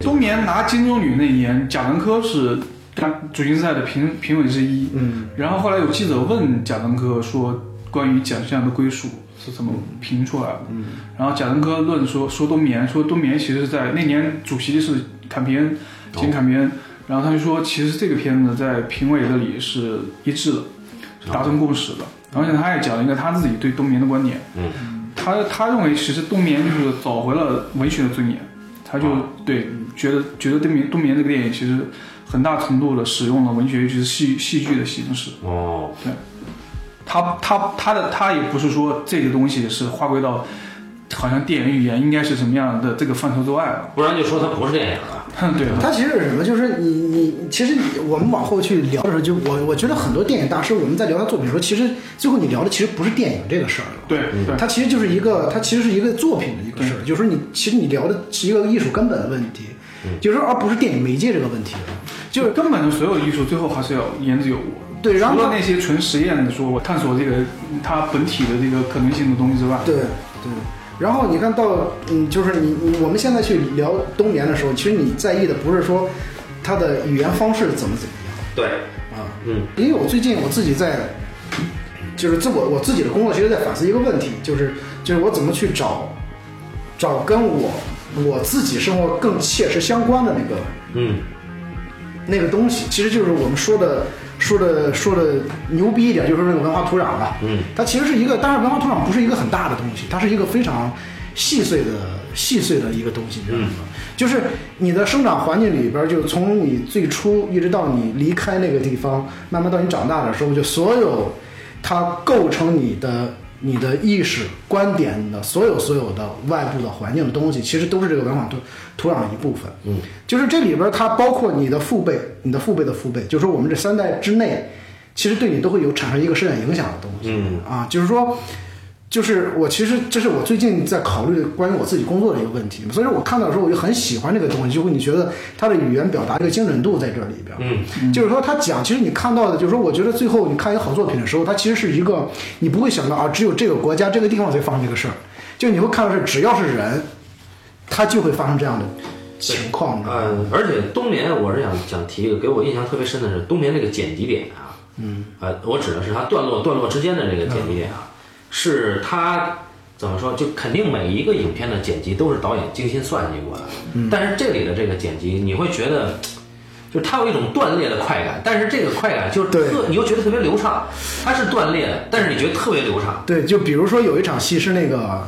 冬眠拿金棕榈那一年，贾樟柯是看主竞赛的评评委之一。嗯，然后后来有记者问贾樟柯说，关于奖项的归属是怎么评出来的？嗯，然后贾樟柯论说说冬眠，说冬眠其实是在那年主席是坎皮恩，金坎皮恩，然后他就说，其实这个片子在评委这里是一致的，是达成共识的。而且他也讲了一个他自己对冬眠的观点。嗯，他他认为其实冬眠就是找回了文学的尊严，他就、啊对觉得觉得冬眠冬眠这个电影其实很大程度的使用了文学，尤其是戏戏剧的形式。哦，他他他的他也不是说这个东西是划归到好像电影语言应该是什么样的这个范畴之外了。 不然就说它不是电影了。对，它其实是什么？就是你你，其实你我们往后去聊的时候，就我我觉得很多电影大师，我们在聊他作品的时候，其实最后你聊的其实不是电影这个事儿了。对对它其实就是一个，它其实是一个作品的一个事儿，就是说你其实你聊的是一个艺术根本的问题，就是说而不是电影媒介这个问题了。就是根本的所有艺术最后还是要言之有物。对然后除了那些纯实验的说我探索这个它本体的这个可能性的东西之外，对对。然后你看到，嗯，就是你你我们现在去聊冬眠的时候，其实你在意的不是说它的语言方式怎么怎么样对，啊，嗯，因为我最近我自己在，就是自我我自己的工作，其实在反思一个问题，就是就是我怎么去找找跟我我自己生活更切实相关的那个嗯，那个东西，其实就是我们说的说的说的牛逼一点，就是那个文化土壤吧。嗯，它其实是一个，当然文化土壤不是一个很大的东西，它是一个非常细碎的细碎的一个东西，你知道吗？就是你的生长环境里边儿，就从你最初一直到你离开那个地方，慢慢到你长大的时候，就所有它构成你的。你的意识、观点你的所有所有的外部的环境的东西，其实都是这个文化土土壤的一部分。嗯，就是这里边儿它包括你的父辈、你的父辈的父辈，就是说我们这三代之内，其实对你都会有产生一个深远影响的东西。嗯啊，就是说，就是我其实这是我最近在考虑关于我自己工作的一个问题，所以说我看到的时候我就很喜欢这个东西，就会你觉得它的语言表达这个精准度在这里边，嗯，就是说他讲，其实你看到的，就是说我觉得最后你看一个好作品的时候，它其实是一个你不会想到啊，只有这个国家这个地方才发生这个事儿，就你会看到是只要是人，它就会发生这样的情况，你知道吗呃，而且冬眠，我是想想提一个，给我印象特别深的是冬眠这个剪辑点啊，嗯，呃，我指的是它段落段落之间的这个剪辑点啊，是它怎么说，就肯定每一个影片嗯的剪辑都是导演精心算计过的，但是这里的这个剪辑，你会觉得就是它有一种断裂的快感，但是这个快感就是对特，你又觉得特别流畅，它是断裂的，但是你觉得特别流畅，对，就比如说有一场戏是那个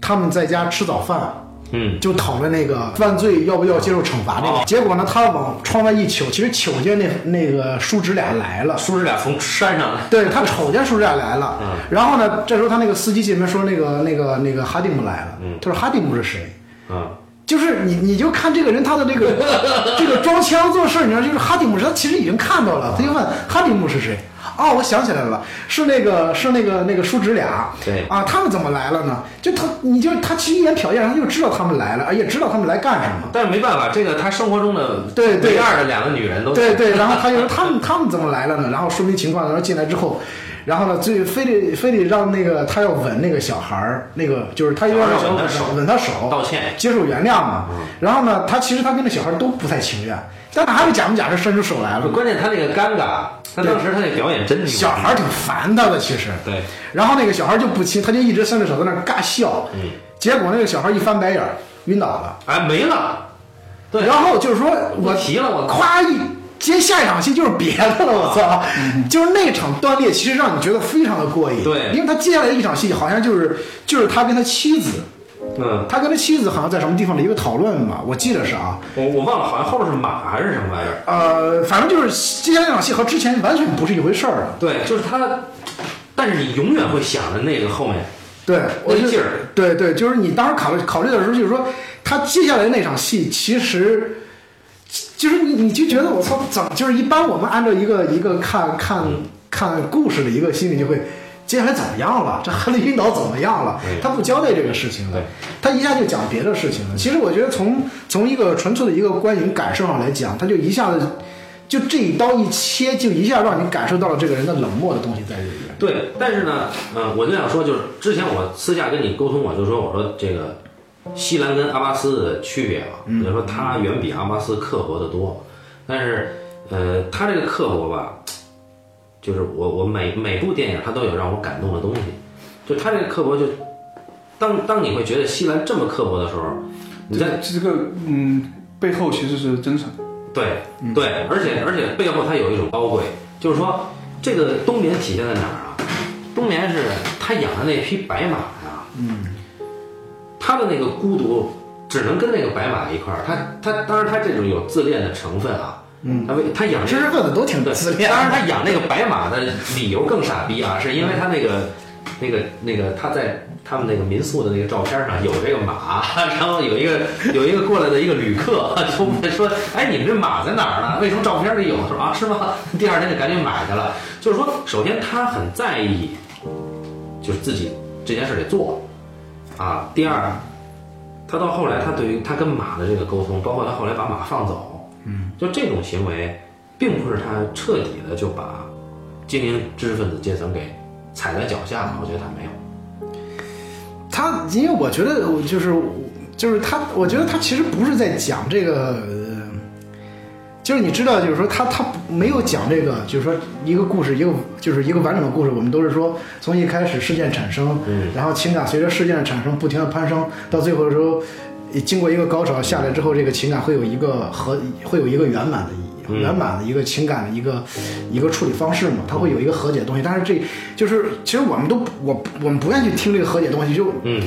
他们在家吃早饭，嗯，就讨论那个犯罪要不要接受惩罚这个。哦结果呢，他往窗外一瞅，其实瞅见那那个叔侄俩来了。叔侄俩从山上来，对他瞅见叔侄俩来了，然后呢，这时候他那个司机进门说那个那个那个哈蒂姆来了，他说哈蒂姆是谁？嗯，就是你，你就看这个人他的这个 这个装腔作势，你知道，就是哈蒂姆是他其实已经看到了，他就问哈蒂姆是谁？哦，我想起来了，是那个是那个那个叔侄俩，对啊，他们怎么来了呢？就他，你就他其实一眼瞟一眼，他就知道他们来了，啊也知道他们来干什么。但是没办法，这个他生活中的对对唯二的两个女人都对对，然后他就说他们他们怎么来了呢？然后说明情况，然后进来之后，然后呢，最非得非得让那个他要吻那个小孩儿，那个就是他又要让小孩儿要吻吻他手，道歉，接受原谅嘛。然后呢，他其实他跟那小孩都不太情愿，但他还是假模假式伸出手来了。关键他那个尴尬，他当时他那表演真牛逼，小孩儿挺烦他的，其实。对，然后那个小孩儿就不亲，他就一直伸着手在那儿尬笑。嗯。结果那个小孩儿一翻白眼儿，晕倒了。哎没了，对，然后就是说不我提了我夸一接下一场戏就是别的了，我操！就是那场断裂，其实让你觉得非常的过瘾。对因为他接下来一场戏好像就是就是他跟他妻子，嗯，他跟他妻子好像在什么地方的一个讨论吧，我记得是啊。我我忘了，好像后面是马还是什么玩意儿，呃，反正就是接下来那场戏和之前完全不是一回事儿了。对，就是他，但是你永远会想着那个后面，对，我就那劲儿对对，就是你当时考虑考虑的时候，就是说他接下来那场戏，其实就是你你就觉得我操，怎么就是一般我们按照一个一个看看嗯看故事的一个心理就会。接下来怎么样了？这哈利晕倒怎么样了？对他不交代这个事情嗯了对，他一下就讲别的事情了。其实我觉得从从一个纯粹的一个观影感受上来讲，他就一下子就这一刀一切，就一下让你感受到了这个人的冷漠的东西在里面。对，但是呢，嗯、我就想说，就是之前我私下跟你沟通，我就说，我说这个西兰跟阿巴斯的区别啊，我就说他远比阿巴斯刻薄得多，但是呃，他这个刻薄吧，就是我我每每部电影他都有让我感动的东西，就他这个刻薄就，当当你会觉得西兰这么刻薄的时候，你在这个嗯背后其实是真诚。对对，而且而且背后它有一种高贵，就是说这个冬眠体现在哪儿啊？冬眠是他养的那匹白马呀、嗯，他的那个孤独只能跟那个白马一块儿，他他当然他这种有自恋的成分啊，嗯，他为他养知识分子都挺对，自恋的当然，他养那个白马的理由更傻逼啊，是因为他那个、那个、那个他在他们那个民宿的那个照片上有这个马，然后有一个有一个过来的一个旅客就问说：“哎，你们这马在哪儿呢？为什么照片里有？”说啊，是吗？第二天就赶紧买去了。就是说，首先他很在意，就是自己这件事得做啊。第二，他到后来，他对于他跟马的这个沟通，包括他后来把马放走，嗯，就这种行为，并不是他彻底的就把精英知识分子阶层给踩在脚下了。我觉得他没有，他，因为我觉得我就是就是他，我觉得他其实不是在讲这个，呃就是你知道，就是说他他没有讲这个，就是说一个故事，一个就是一个完整的故事，我们都是说从一开始事件产生，嗯然后情感随着事件的产生不停的攀升，到最后的时候，经过一个高潮下来之后，这个情感会有一个和会有一个圆满的意义。嗯圆满的一个情感的一个一个处理方式嘛，它会有一个和解的东西，但是这就是其实我们都不我不我们不愿意去听这个和解的东西，就嗯，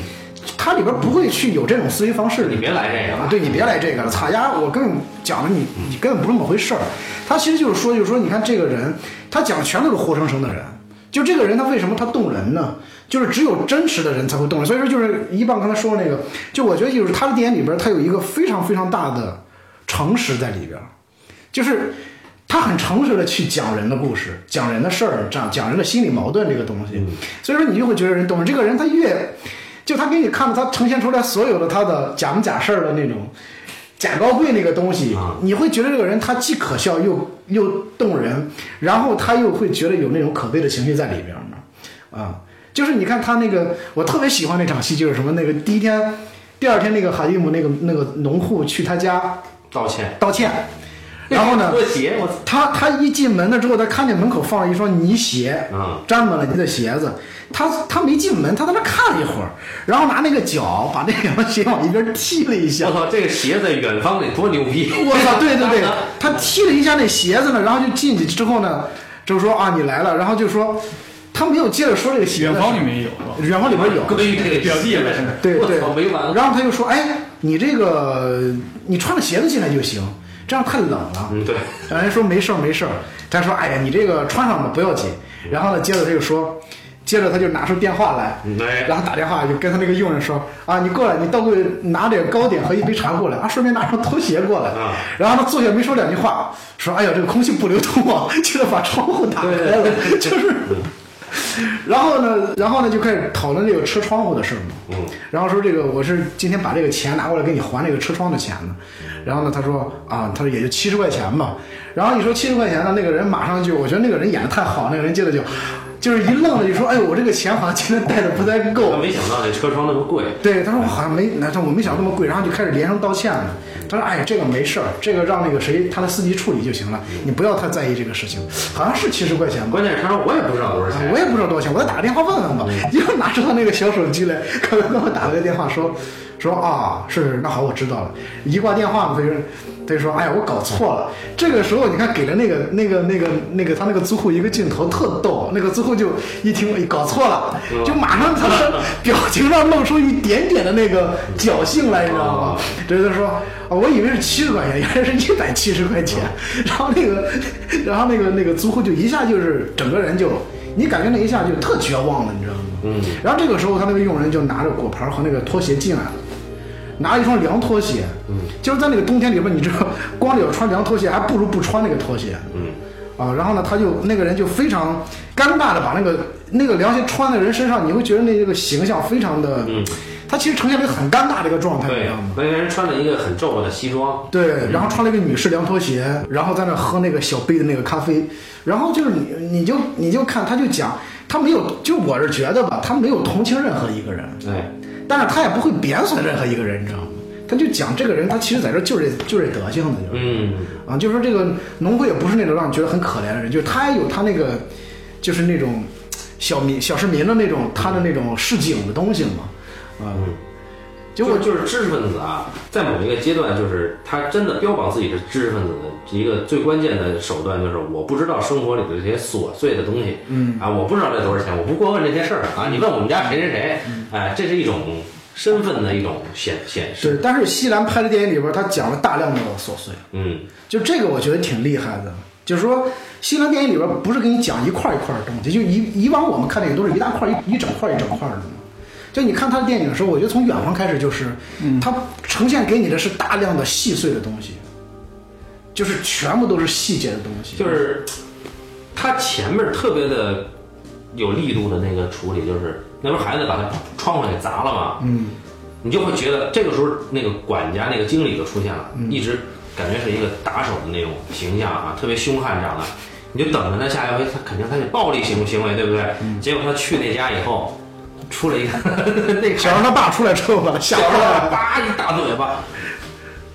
它里边不会去有这种思维方式你别来这个啊了，，对你别来这个了，擦丫，我跟你讲了，你你根本不是那么回事儿。他其实就是说，就是说，你看这个人，他讲的全都是活生生的人，就这个人他为什么他动人呢？就是只有真实的人才会动人。所以说，就是一棒刚才说的那个，就我觉得就是他的电影里边，他有一个非常非常大的诚实在里边，就是他很诚实的去讲人的故事，讲人的事儿，讲讲人的心理矛盾这个东西。所以说，你就会觉得人动人，这个人他越。就他给你看了，他呈现出来所有的他的假模假式儿的那种假高贵那个东西啊，你会觉得这个人他既可笑又又动人，然后他又会觉得有那种可悲的情绪在里边儿呢，啊，就是你看他那个，我特别喜欢那场戏，就是什么那个第一天、第二天那个哈蒂姆那个那个农户去他家道歉，道歉，然后呢拖鞋，我他他一进门了之后，他看见门口放了一双泥鞋，嗯，沾满了泥的鞋子。他他没进门，他在那看了一会儿，然后拿那个脚把那两双鞋往一边踢了一下我。操，这个鞋在远方得多牛逼！我操，对对对， 他踢了一下那鞋子呢，然后就进去之后呢，就说啊你来了，然后就说他没有接着说这个鞋远子，方里面有是吧？远方里边有，关于这个表弟了了现在，对对我操，没完了。然后他就说：“哎，你这个你穿着鞋子进来就行，这样太冷了。嗯，对，”然后人说：“没事儿，没事儿。”他说：“哎呀，你这个穿上吧，不要紧。”然后呢，接着他就说，接着他就拿出电话来，嗯哎，然后打电话就跟他那个佣人说：“啊，你过来，你到柜拿点糕点和一杯茶过来啊，顺便拿双拖鞋过来。啊然后他坐下没说两句话，说：“哎呀，这个空气不流通啊， 就得把窗户打开了。 就是，然后呢，然后呢就开始讨论这个车窗户的事儿嘛。嗯，然后说这个我是今天把这个钱拿过来给你还这个车窗的钱呢。然后呢，他说啊，他说也就七十块钱吧。然后你说七十块钱呢，那个人马上就，我觉得那个人演的太好，那个人接着就。就是一愣了，就说：“哎，我这个钱好像今天带的不太够。”我没想到这车窗那么贵。对，他说我好像没，那他我没想到那么贵，然后就开始连声道歉了。他说：“哎，这个没事儿，这个让那个谁他的司机处理就行了，你不要太在意这个事情。好像是七十块钱吧，关键是他说我也不知道多少钱，啊嗯我也不知道多少钱，我再打个电话问问吧。” 又拿出他那个小手机来， 刚刚给我打了个电话说说啊，是是，那好，我知道了。一挂电话，他就他就说：“哎呀，我搞错了。”这个时候你看给了那个那个那个那个他那个租户一个镜头特逗，那个租户就一听哎搞错了，嗯就马上他 的表情上露出一点点的那个侥幸来，你知道吗？嗯就是他说，啊，我以为是七十块钱，原来是一百七十块钱。嗯 然后那个，然后那个那个租户就一下就是整个人就，你感觉那一下就特绝望了，你知道吗？嗯。然后这个时候他那个佣人就拿着果盘和那个拖鞋进来了。拿了一双凉拖鞋，嗯，就是在那个冬天里边，你知道，光着脚穿凉拖鞋，还不如不穿那个拖鞋，嗯，啊，然后呢，他就那个人就非常尴尬的把那个那个凉鞋穿在人身上，你会觉得那个形象非常的，嗯，啊他其实呈现了一个很尴尬的一个状态，你知对道吗？，那个人穿了一个很皱的西装，对，然后穿了一个女士凉拖鞋，然后在那喝那个小杯的那个咖啡，然后就是你你就你就看他就讲，他没有，就我是觉得吧，他没有同情任何一个人，哎，但是他也不会贬损任何一个人，你知道吗？他就讲这个人，他其实在这儿就是这就是这德行的，就是、嗯，啊，就是说这个农夫也不是那种让你觉得很可怜的人，就是他也有他那个，就是那种小民小市民的那种他的那种市井的东西嘛，啊、结就果就是知识分子啊，在某一个阶段，就是他真的标榜自己是知识分子的一个最关键的手段，就是我不知道生活里的这些琐碎的东西，嗯啊，我不知道这多少钱，我不过问这些事儿啊，你问我们家谁谁谁，哎，这是一种身份的一种显显示，对，但是西兰拍的电影里边，他讲了大量的琐碎，嗯，就这个我觉得挺厉害的，就是说西兰电影里边不是给你讲一块儿一块儿的东西，就以以往我们看电影都是一大块儿一一整块儿一整块儿的嘛。就你看他的电影的时候，我觉得从远方开始就是，他呈现给你的是大量的细碎的东西，就是全部都是细节的东西。就是他前面特别的有力度的那个处理，就是那边孩子把他窗户给砸了嘛，嗯，你就会觉得这个时候那个管家那个经理就出现了，一直感觉是一个打手的那种形象啊，特别凶悍长的，你就等着他下一回他肯定他得暴力行行为，对不对？结果他去那家以后，出了一个 那个小时候他爸出来之后把他 吓小时坏候了。叭一大嘴巴。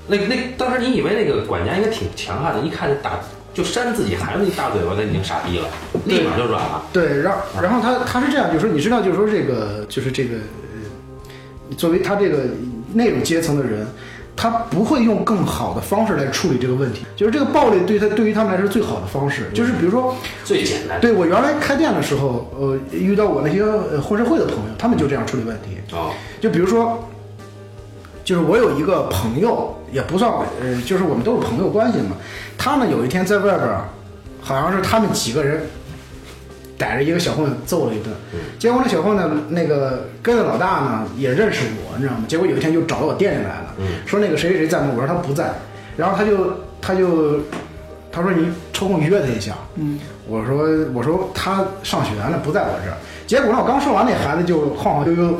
那那当时你以为那个管家应该挺强悍的，一看就打就扇自己孩子一大嘴巴，他已经傻逼了，立马就软了。对，然然后他他是这样，就是说你知道，就是说这个就是这个，呃作为他这个那种阶层的人，他不会用更好的方式来处理这个问题，就是这个暴力对他对于他们来说是最好的方式，就是比如说，最简单。对我原来开店的时候，呃，遇到我那些呃混社会的朋友，他们就这样处理问题，哦，就比如说，就是我有一个朋友，也不算呃，就是我们都是朋友关系嘛。他呢有一天在外边儿，好像是他们几个人逮着一个小混揍了一顿，结果那小混呢，那个跟着老大呢也认识我，你知道吗？结果有一天就找到我店里来了，说那个谁谁谁在吗？我说他不在，然后他就他就他说你抽空约他一下，嗯，我说我说他上学呢，不在我这儿。结果呢，我刚说完，那孩子就晃晃悠悠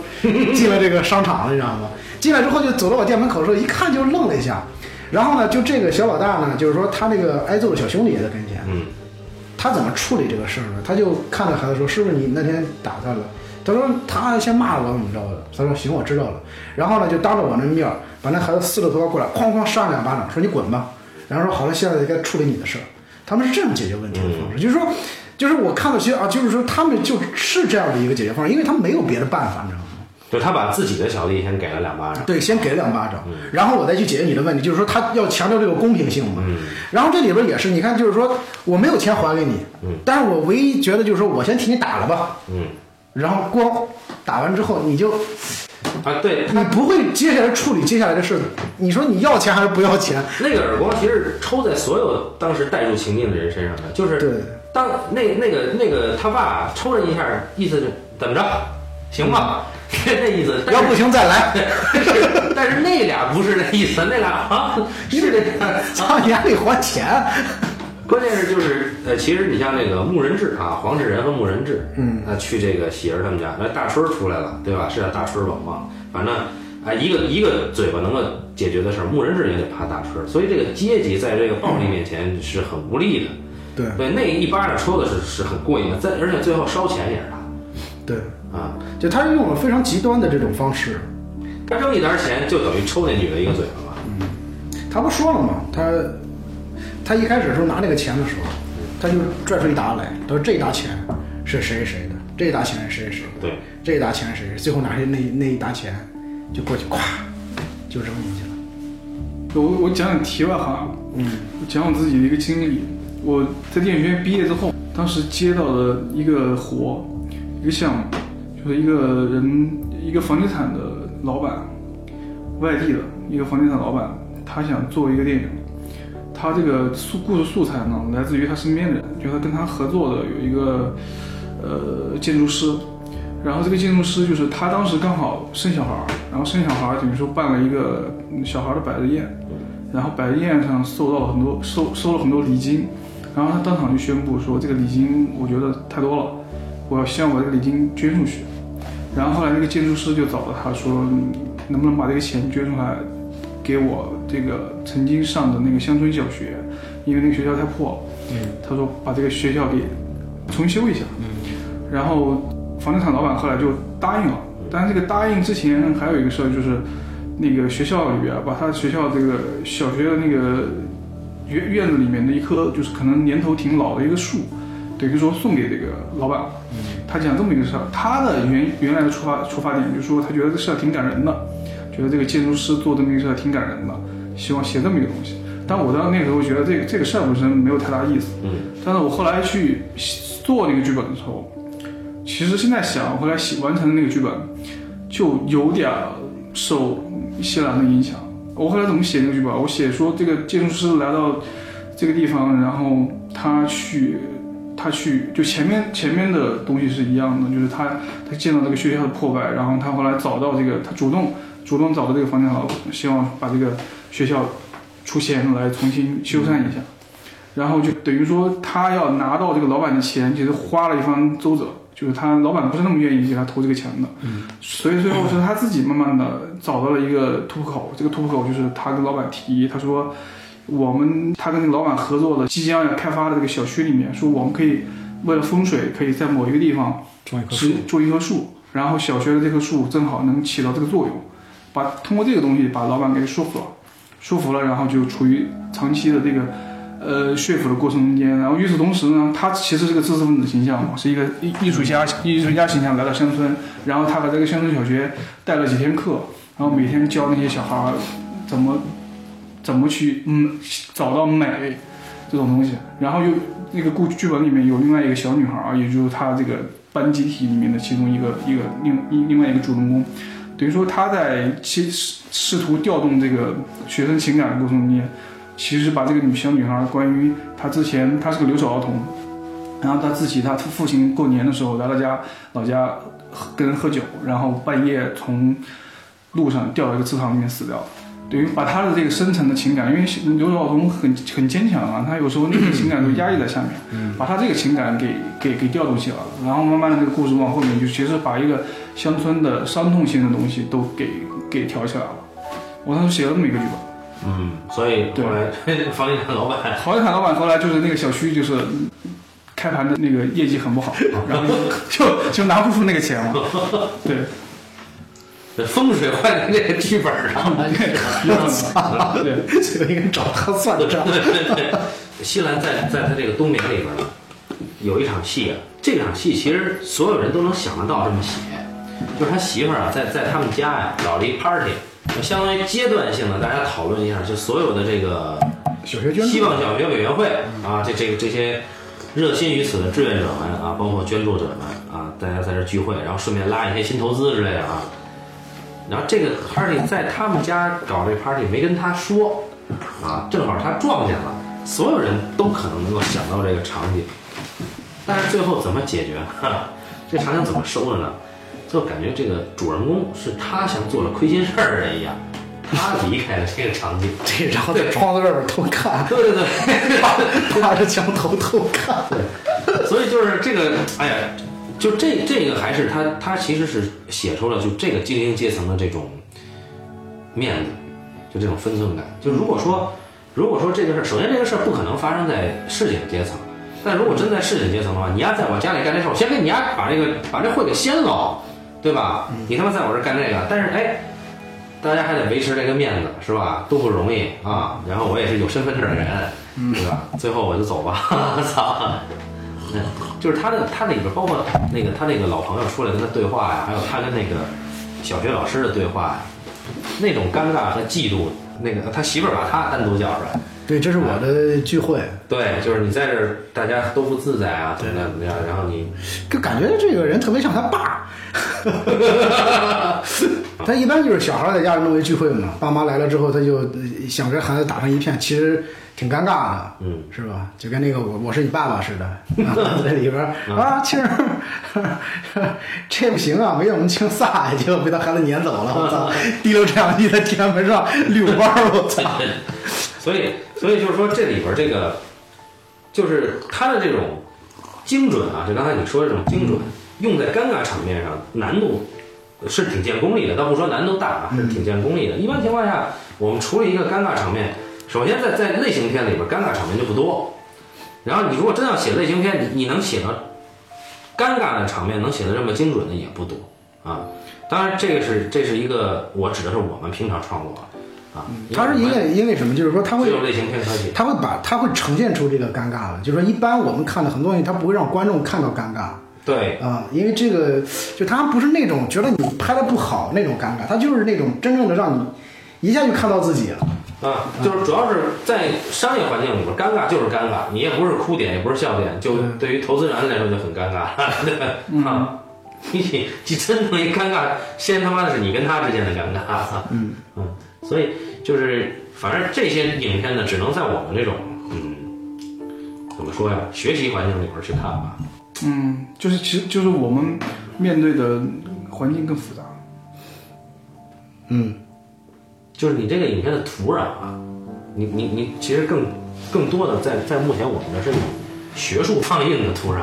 进了这个商场了，你知道吗？进来之后就走到我店门口的时候，一看就愣了一下。然后呢，就这个小老大呢，就是说他那个挨揍的小兄弟也在跟前，嗯，他怎么处理这个事儿呢？他就看着孩子说：“是不是你那天打他了？”他说：“他先骂了我，怎么着的？”他说：“行，我知道了。”然后呢，就当着我那面儿把那孩子撕了头发过来，哐哐扇了两巴掌，说：“你滚吧！”然后说好了，现在该处理你的事儿。他们是这样解决问题的方式，就是说，就是我看到其实啊，就是说他们就是这样的一个解决方式，因为他们没有别的办法，你知道吗？就他把自己的小弟先给了两巴掌，对，先给两巴掌，然后我再去解决你的问题，就是说他要强调这个公平性嘛。然后这里边也是，你看，就是说我没有钱还给你，但是我唯一觉得就是说我先替你打了吧，嗯，然后光打完之后你就啊，对他你不会接下来处理接下来的事，你说你要钱还是不要钱？那个耳光其实是抽在所有当时带入情境的人身上的，就是对当那那个那个他爸抽人一下，意思是怎么着，行吗？ 那意思，但嗯要是不行再来，但是但是那俩不是那意思，那俩啊是那俩。 操你还得还钱。关键是就是呃，其实你像那个穆仁志啊，黄世仁和穆仁志，嗯，那去这个喜儿他们家，那大春儿出来了，对吧？是叫大春儿吧？我忘了，反正啊，一个一个嘴巴能够解决的事儿，穆仁志也得怕大春儿，所以这个阶级在这个暴力面前是很无力的。对对，那一巴掌抽的是是很过瘾的，在而且最后烧钱也是对，他啊，就他是用了非常极端的这种方式。他扔一沓钱就等于抽那女的一个嘴巴嘛。他不说了吗？他他一开始的时候拿那个钱的时候，他就拽出一沓来，他说这一沓钱是谁谁的，这一沓钱是谁谁的，对，这一沓钱是谁，最后拿着那那一沓钱就过去，咵就扔进去了。嗯我我讲点题外话，啊嗯，讲我自己的一个经历。我在电影学院毕业之后，当时接到了一个活，一个项目，就是一个人，一个房地产的老板，外地的一个房地产老板，他想做一个电影。他这个素故事素材呢，来自于他身边的人，就是他跟他合作的有一个呃建筑师，然后这个建筑师就是他当时刚好生小孩儿，然后生小孩儿等于说办了一个嗯小孩儿的百日宴，然后百日宴上收到了很多收收了很多礼金，然后他当场就宣布说这个礼金我觉得太多了，我要希望把这个礼金捐出去。然后后来那个建筑师就找了他说，嗯能不能把这个钱捐出来，给我这个曾经上的那个乡村小学，因为那个学校太破了。他说把这个学校给重修一下。然后房地产老板后来就答应了，但是这个答应之前还有一个事儿就是，那个学校里边把他学校这个小学的那个院院子里面的一棵就是可能年头挺老的一个树，等于说送给这个老板。他讲这么一个事儿，他的原原来的出发出发点就是说他觉得这事儿挺感人的，觉得这个建筑师做这么一个事儿挺感人的，希望写这么一个东西。但我当那个时候觉得这个这个事儿本身没有太大意思，嗯，但是我后来去做那个剧本的时候，其实现在想，我后来写完成的那个剧本，就有点儿受谢兰的影响。我后来怎么写那个剧本？我写说这个建筑师来到这个地方，然后他去，他去，就前面前面的东西是一样的，就是他他见到这个学校的破败，然后他后来找到这个，他主动主动找到这个房地产老板，希望把这个学校出钱来重新修缮一下。然后就等于说他要拿到这个老板的钱，其实花了一番周折，就是他老板不是那么愿意给他投这个钱的，嗯，所以最后是他自己慢慢的找到了一个突破口，这个突破口就是他跟老板提议，他说我们他跟那个老板合作的即将要开发的这个小区里面，说我们可以为了风水，可以在某一个地方种一棵植种一棵树，然后小学的这棵树正好能起到这个作用，把通过这个东西把老板给说服了，说服了，然后就处于长期的这个呃说服的过程中间，然后与此同时呢，他其实是个知识分子形象嘛，是一个艺艺术家艺术家形象来到乡村，然后他把这个乡村小学带了几天课，然后每天教那些小孩儿怎么怎么去嗯找到美这种东西，然后又那个故剧本里面有另外一个小女孩儿，也就是他这个班集体里面的其中一个一个另另另外一个主人公，等于说他在其试试图调动这个学生情感的过程中间，其实把这个女小女孩儿关于她之前她是个留守儿童，然后她自己她父亲过年的时候来到家老家喝跟人喝酒，然后半夜从路上掉到一个池塘里面死掉了。等于把他的这个深层的情感，因为刘晓彤很很坚强啊，他有时候那个情感都压抑在下面，把他这个情感给给给调动起来了，然后慢慢的这个故事往后面就其实把一个乡村的伤痛性的东西都给给调起来了。我当时写了这么一个剧本，嗯，所以后来 房地产老板房地产老板后来就是那个小区就是开盘的那个业绩很不好，然后就就就拿不出那个钱了，对。这风水画在这个剧本上，我操！对，这个应该找他算 账。西兰在在他这个冬眠里边呢，有一场戏啊，这场戏其实所有人都能想得到这么写，就是他媳妇儿啊，在在他们家呀、搞了一 party，就相当于阶段性的大家讨论一下，就所有的这个小学捐助希望小学委员会啊，这这个这些热心于此的志愿者们啊，包括捐助者们啊，大家在这儿聚会，然后顺便拉一些新投资之类的啊。然后这个 party 在他们家搞这 party 没跟他说啊，正好他撞见了，所有人都可能能够想到这个场景，但是最后怎么解决？ 哈，这场景怎么收了呢？就感觉这个主人公是他像做了亏心事儿的人一样，他离开了这个场景。这然后在窗子外边偷看，对对 对，趴着墙头偷看。所以就是这个，哎呀，就这这个还是他他其实是写出了就这个精英阶层的这种面子，就这种分寸感。就如果说如果说这个事儿，首先这个事儿不可能发生在市井阶层，但如果真在市井阶层的话，你要在我家里干这事儿，我先给你家把这个把这会给掀了，对吧？你他妈在我这儿干这个，但是哎。大家还得维持这个面子，是吧？都不容易啊。然后我也是有身份证的人，对吧？最后我就走吧， 操！就是他的他里边包括那个他那个老朋友出来跟他对话呀，还有他跟那个小学老师的对话呀，那种尴尬和嫉妒，那个他媳妇儿把他单独叫出来，对，这是我的聚会，对，就是你在这儿大家都不自在啊，怎么样怎么样，然后你就感觉这个人特别像他爸。 他一般就是小孩在家里弄一聚会嘛，爸妈来了之后，他就呃想跟孩子打成一片，其实挺尴尬的，嗯，是吧？就跟那个我我是你爸爸似的，啊在里边儿啊，亲儿， 这不行啊，没让我们亲撒，结果被他孩子撵走了，我操！提溜这样一在天安门上遛弯儿，我操！所以，所以就是说，这里边这个，就是他的这种精准啊，就刚才你说的这种精准，用在尴尬场面上，难度是挺见功力的。倒不说难度大啊，是挺见功力的。一般情况下，我们处理一个尴尬场面，首先在在类型片里边，尴尬场面就不多。然后你如果真要写类型片，你你能写到尴尬的场面，能写的这么精准的也不多啊。当然，这个是这是一个我指的是我们平常创作啊啊，他是因为因为什么？就是说他会这种类型片它也他会把他会呈现出这个尴尬了，就是说一般我们看的很多东西，他不会让观众看到尴尬对啊、因为这个就他不是那种觉得你拍的不好那种尴尬，他就是那种真正的让你一下就看到自己了。啊，就是主要是在商业环境里边，尴尬就是尴尬，你也不是哭点，也不是笑点，就对于投资人来说就很尴尬，对吧？啊，你你真正一尴尬，先他妈的是你跟他之间的尴尬，嗯嗯，所以就是反正这些影片呢，只能在我们这种嗯怎么说呀，学习环境里边去看吧。嗯，就是其实就是我们面对的环境更复杂。嗯，就是你这个影片的土壤啊，你你你其实更更多的在在目前我们这是学术放映的土壤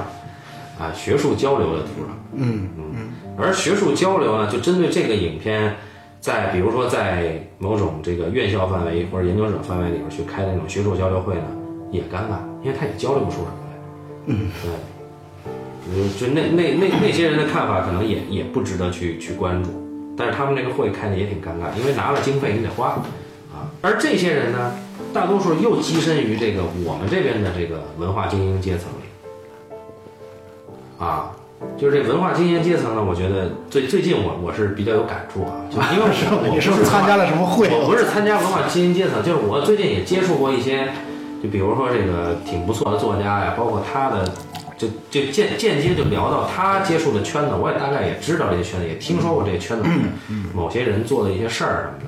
啊，学术交流的土壤。嗯嗯。而学术交流呢，就针对这个影片，在比如说在某种这个院校范围或者研究者范围里面去开那种学术交流会呢，也尴尬，因为他也交流不出什么来。嗯，对。嗯，就那那那那些人的看法可能也也不值得去去关注，但是他们这个会开的也挺尴尬，因为拿了经费你得花啊。而这些人呢，大多数又跻身于这个我们这边的这个文化精英阶层里啊。就是这文化精英阶层呢，我觉得最最近我我是比较有感触啊，就因为我 是吧我你不是不是文化参加了什么会？我不是参加文化精英阶层，就是我最近也接触过一些，就比如说这个挺不错的作家呀，包括他的，就就间间接就聊到他接触的圈子，我也大概也知道这些圈子，也听说过这些圈子里面某些人做的一些事儿什么的。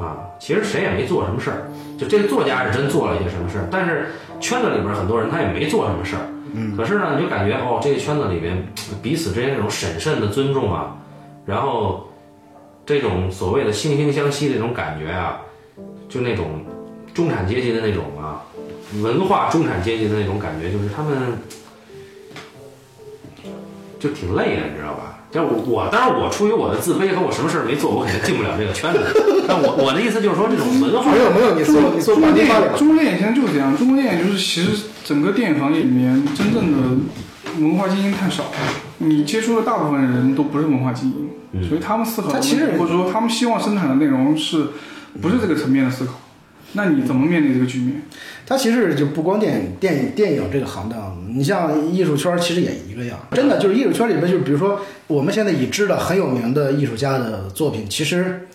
啊，其实谁也没做什么事儿，就这个作家是真做了一些什么事儿，但是圈子里边很多人他也没做什么事儿。嗯，可是呢，你就感觉哦，这个圈子里边彼此之间这种审慎的尊重啊，然后这种所谓的惺惺相惜这种感觉啊，就那种中产阶级的那种啊，文化中产阶级的那种感觉，就是他们就挺累的，你知道吧？但是我我当然我出于我的自卑和我什么事儿没做，我肯定进不了这个圈子。但我我的意思就是说，这种文化没有没有，你中说你说中把国你电发影，了。中国电影现在就是这样。中国电影就是其实整个电影行业里面真正的文化精英太少，你接触的大部分人都不是文化精英，嗯所以他们思考的他其实问题或者说他们希望生产的内容是不是这个层面的思考？那你怎么面对这个局面？它其实就不光电影、电影、电影这个行当，你像艺术圈儿其实也一个样，真的就是艺术圈里面，就是比如说我们现在已知的很有名的艺术家的作品，其实，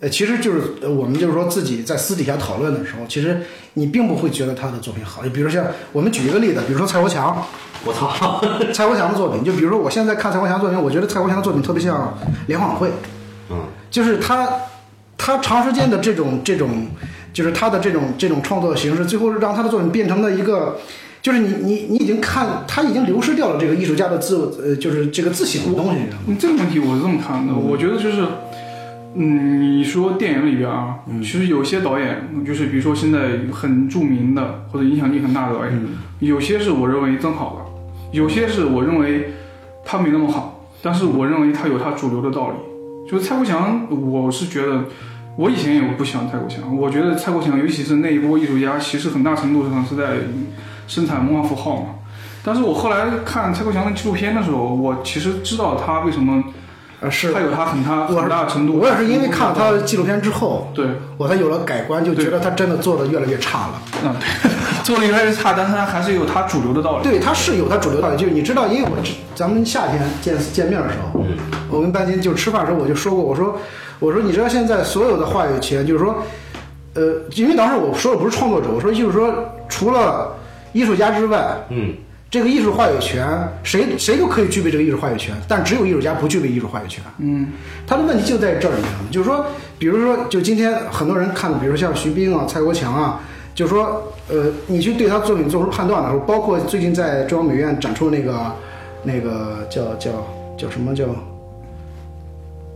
呃，其实就是呃我们就是说自己在私底下讨论的时候，其实你并不会觉得他的作品好。就比如像我们举一个例子，比如说蔡国强，我操， 蔡国强的作品，就比如说我现在看蔡国强的作品，我觉得蔡国强的作品特别像联欢晚会，嗯，就是他他长时间的这种这种，就是他的这种这种创作形式，最后让他的作品变成了一个。就是你你你已经看他已经流失掉了这个艺术家的自我呃就是这个自省的东西，你知道吗嗯这个问题我是这么看的，我觉得就是，嗯，你说电影里边啊，其实有些导演，就是比如说现在很著名的或者影响力很大的导演，有些是我认为真好了，有些是我认为他没那么好，但是我认为他有他主流的道理。就是蔡国强，我是觉得。我以前也不喜欢蔡国强，我觉得蔡国强，尤其是那一波艺术家，其实很大程度上是在生产文化符号嘛。但是我后来看蔡国强的纪录片的时候，我其实知道他为什么呃是他有他很大我很大程度。我也是因为看了他的纪录片之后，对，我才有了改观，就觉得他真的做的越来越差了。嗯，对，做的越来越差，但是他还是有他主流的道理。对，他是有他主流道理，就是你知道，因为我之咱们夏天见见面的时候，我跟丹金就吃饭的时候我就说过，我说我说你知道现在所有的话语权就是说，呃，因为当时我说的不是创作者，我说就是说除了艺术家之外，嗯，这个艺术话语权谁谁都可以具备这个艺术话语权，但只有艺术家不具备艺术话语权。嗯，他的问题就在这儿，你知道吗？就是说，比如说，就今天啊很多人看的，比如像徐冰啊、蔡国强啊，就是说，呃，你去对他作品做出判断的时候，包括最近在中央美院展出那个那个叫叫叫什么叫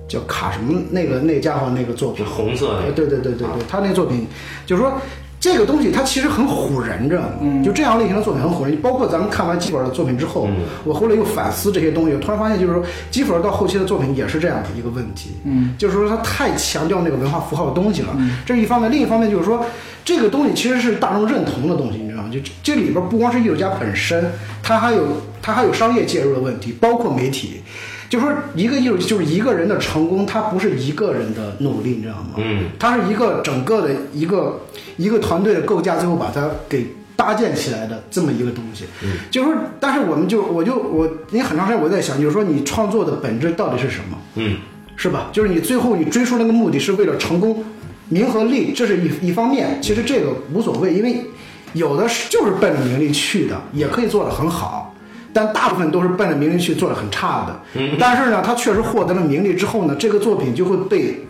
叫卡什么那个那家伙那个作品就，红色呃的，啊对对对对对，他那作品就是说。这个东西它其实很唬人着，就这样类型的作品很唬人。包括咱们看完基本的作品之后，嗯我后来又反思这些东西，我突然发现，就是说基本到后期的作品也是这样的一个问题，嗯，就是说它太强调那个文化符号的东西了，这是一方面。另一方面就是说，这个东西其实是大众认同的东西，你知道吗？就这这里边不光是艺术家本身，它还有它还有商业介入的问题，包括媒体。就说一个艺术就是一个人的成功，它不是一个人的努力，你知道吗？嗯，它是一个整个的一个一个团队的构架，最后把它给搭建起来的这么一个东西。嗯，就是说，但是我们就我就我，因为很长时间我在想，就是说你创作的本质到底是什么？嗯，是吧？就是你最后你追溯那个目的是为了成功、名和利，这是一一方面。其实这个无所谓，因为有的是就是奔着名利去的，也可以做得很好。但大部分都是奔着名利去做得很差的。但是呢，他确实获得了名利之后呢，这个作品就会被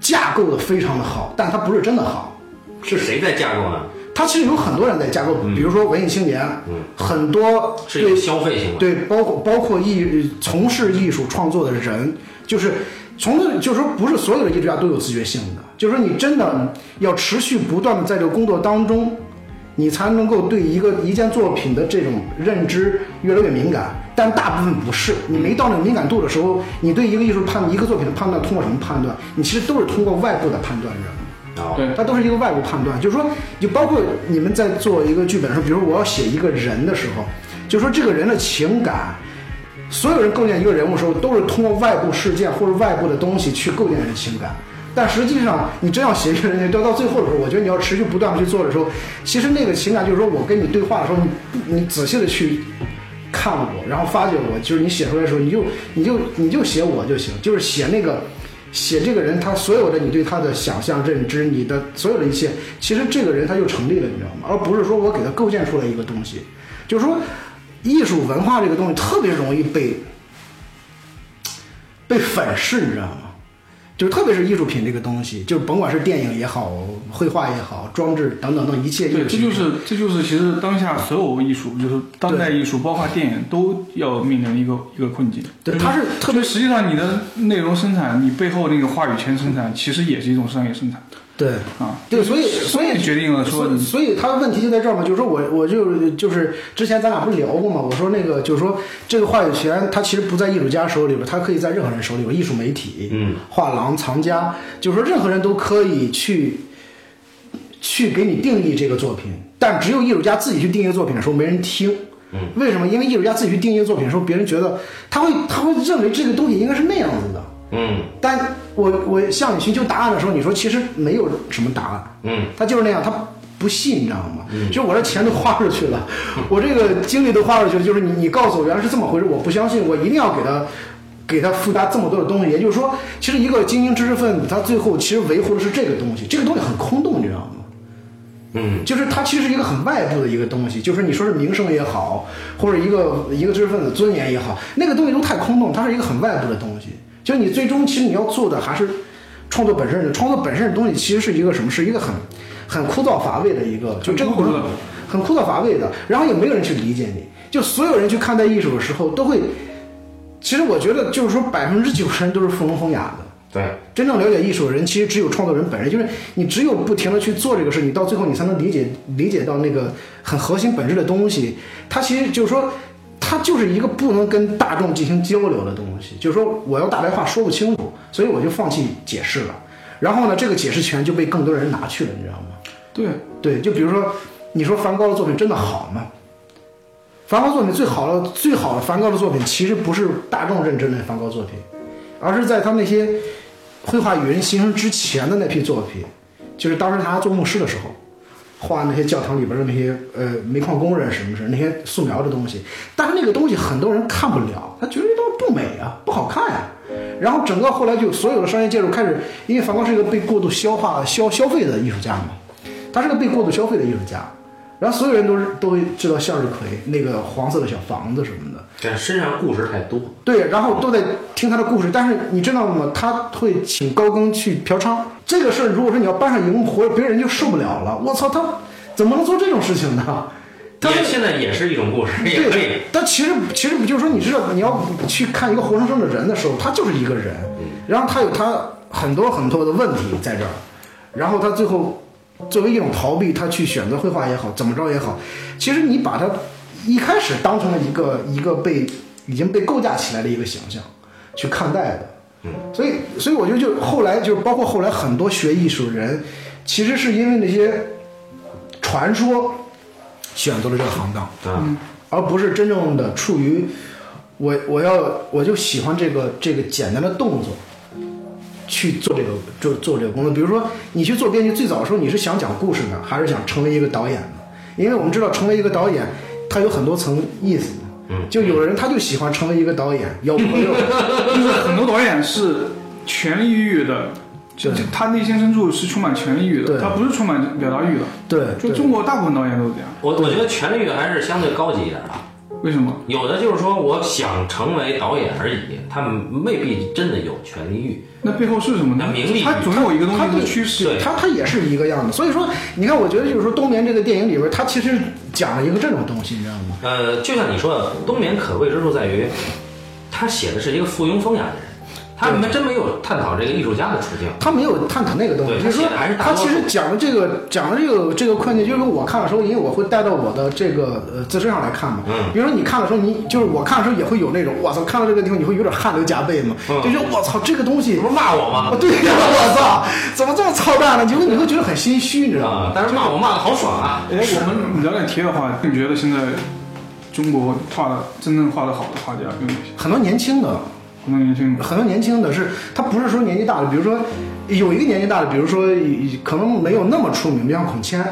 架构的非常的好，但它不是真的好。是谁在架构呢？它其实有很多人在架构，比如说文艺青年，很多是一对个消费行为。对，包括包括艺呃从事艺术创作的人，就是从事就是说不是所有的艺术家都有自觉性的，就是说你真的要持续不断的在这个工作当中，你才能够对一个一件作品的这种认知越来越敏感。但大部分不是，你没到那个敏感度的时候，你对一个艺术判一个作品的判断通过什么判断？你其实都是通过外部的判断，你知道吗？啊，对它都是一个外部判断，就是说，就包括你们在做一个剧本的时候，比如我要写一个人的时候，就是说这个人的情感，所有人构建一个人物的时候，都是通过外部事件或者外部的东西去构建人的情感。但实际上，你真要写一个人，到到最后的时候，我觉得你要持续不断的去做的时候，其实那个情感就是说我跟你对话的时候，你你仔细的去看我，然后发觉我，就是你写出来的时候，你就你就你就写我就行，就是写那个写这个人他所有的你对他的想象认知，你的所有的一切，其实这个人他就成立了，你知道吗？而不是说我给他构建出来一个东西，就是说艺术文化这个东西特别容易被被粉饰，你知道吗？就是特别是艺术品这个东西，就是甭管是电影也好，绘画也好，装置等等等一切艺术对，品，这就是这就是其实当下所有艺术，就是当代艺术，包括电影，都要面临一个一个困境。对，它是特特别实际上，你的内容生产，你背后那个话语权生产，其实也是一种商业生产对。啊。对，所以所以决定了说所以你所以他问题就在这儿嘛，就是说我我就就是之前咱俩不是聊过嘛，我说那个就是说这个话语权它其实不在艺术家手里边，它可以在任何人手里边，艺术媒体、嗯，画廊、藏家，就是说任何人都可以去去给你定义这个作品，但只有艺术家自己去定义作品的时候，没人听。嗯为什么？因为艺术家自己去定义作品的时候，别人觉得他会他会认为这个东西应该是那样子的。嗯但我我向你寻求答案的时候，你说其实没有什么答案，嗯，他就是那样，他不信，你知道吗？就是我这钱都花出去了，我这个精力都花出去了，就是你你告诉我原来是这么回事，我不相信，我一定要给他。给他附加这么多的东西，也就是说，其实一个精英知识分子，他最后其实维护的是这个东西，这个东西很空洞，你知道吗？嗯就是它其实是一个很外部的一个东西，就是你说是名声也好，或者一个一个知识分子尊严也好，那个东西都太空洞，它是一个很外部的东西。就是你最终其实你要做的还是创作本身的，创作本身的东西其实是一个什么？是一个很很枯燥乏味的一个，就这个很枯过燥程很枯燥乏味的，然后也没有人去理解你，就所有人去看待艺术的时候都会，其实我觉得就是说百分之九十人都是附庸风雅的。对，真正了解艺术的人，其实只有创作人本人，就是你只有不停的去做这个事，你到最后你才能理解理解到那个很核心本质的东西。它其实就是说，它就是一个不能跟大众进行交流的东西，就是说我要大白话说不清楚，所以我就放弃解释了。然后呢，这个解释权就被更多人拿去了，你知道吗？对，对，就比如说，你说梵高的作品真的好吗？梵高作品最好的、最好的梵高的作品，其实不是大众认真的梵高作品，而是在他那些绘画语人形成之前的那批作品，就是当时他做牧师的时候，画那些教堂里边的那些呃煤矿工人什么什么那些素描的东西，但是那个东西很多人看不了，他觉得这东西不美啊，不好看呀、然后整个后来就所有的商业介入开始，因为梵高是一个被过度消化、消消费的艺术家嘛，他是个被过度消费的艺术家，然后所有人都是都会知道向日葵那个黄色的小房子什么的，但身上故事太多。对，然后都在听他的故事。但是你知道吗？他会请高更去嫖娼这个事儿，如果说你要搬上荧幕活，别人就受不了了。我操，他怎么能做这种事情呢？他也是现在也是一种故事，也可以对，但其实其实不就是说，你知道你要去看一个活生生的人的时候，他就是一个人，嗯然后他有他很多很多的问题在这儿，然后他最后作为一种逃避，他去选择绘画也好，怎么着也好，其实你把他一开始当成了一个一个被已经被构架起来的一个形象去看待的，嗯所以，所以我觉得就后来就是包括后来很多学艺术人，其实是因为那些传说选择了这个行当，啊，而不是真正的处于我我要我就喜欢这个这个简单的动作去做这个就做这个工作。比如说你去做编剧，最早的时候你是想讲故事呢，还是想成为一个导演呢？因为我们知道成为一个导演，它有很多层意思。嗯就有人他就喜欢成为一 个导演，有朋友。就是很多导演是权力欲的，就对就他内心深处是充满权力欲对的，他不是充满表达欲的。 对，就对中国大部分导演都是这样，我我觉得权力还是相对高级一点的。为什么？有的就是说我想成为导演而已，他们未必真的有权力欲。那背后是什么呢那名利欲？他总有一个东他西对的趋势。对它它也是一个样子。所以说，你看，我觉得就是说，《冬眠》这个电影里边，它其实讲了一个这种东西，你知道吗？呃，就像你说的，冬眠可贵之处在于，他写的是一个附庸风雅的人，他们真没有探讨这个艺术家的处境。他没有探讨那个东西，对就是说他写的还是大他多数其实讲的这个讲的这个这个困境，就是我看的时候，因为我会带到我的这个呃自身上来看嘛。嗯比如说你看的时候，你就是我看的时候也会有那种，我操，看到这个地方你会有点汗流浃背嘛，嗯就觉得我操这个东西你，不是骂我啊吗？对呀，我操，怎么这么操蛋呢？就会你会觉得很心虚，你知道吗？啊，但是骂我骂的好爽啊！哎，我们聊点题的话，你觉得现在中国画的真正画的好的画家有哪嗯些？很多年轻的，很多年轻人，很多年轻的是，他不是说年纪大的，比如说有一个年纪大的，比如说可能没有那么出名，比如像孔谦，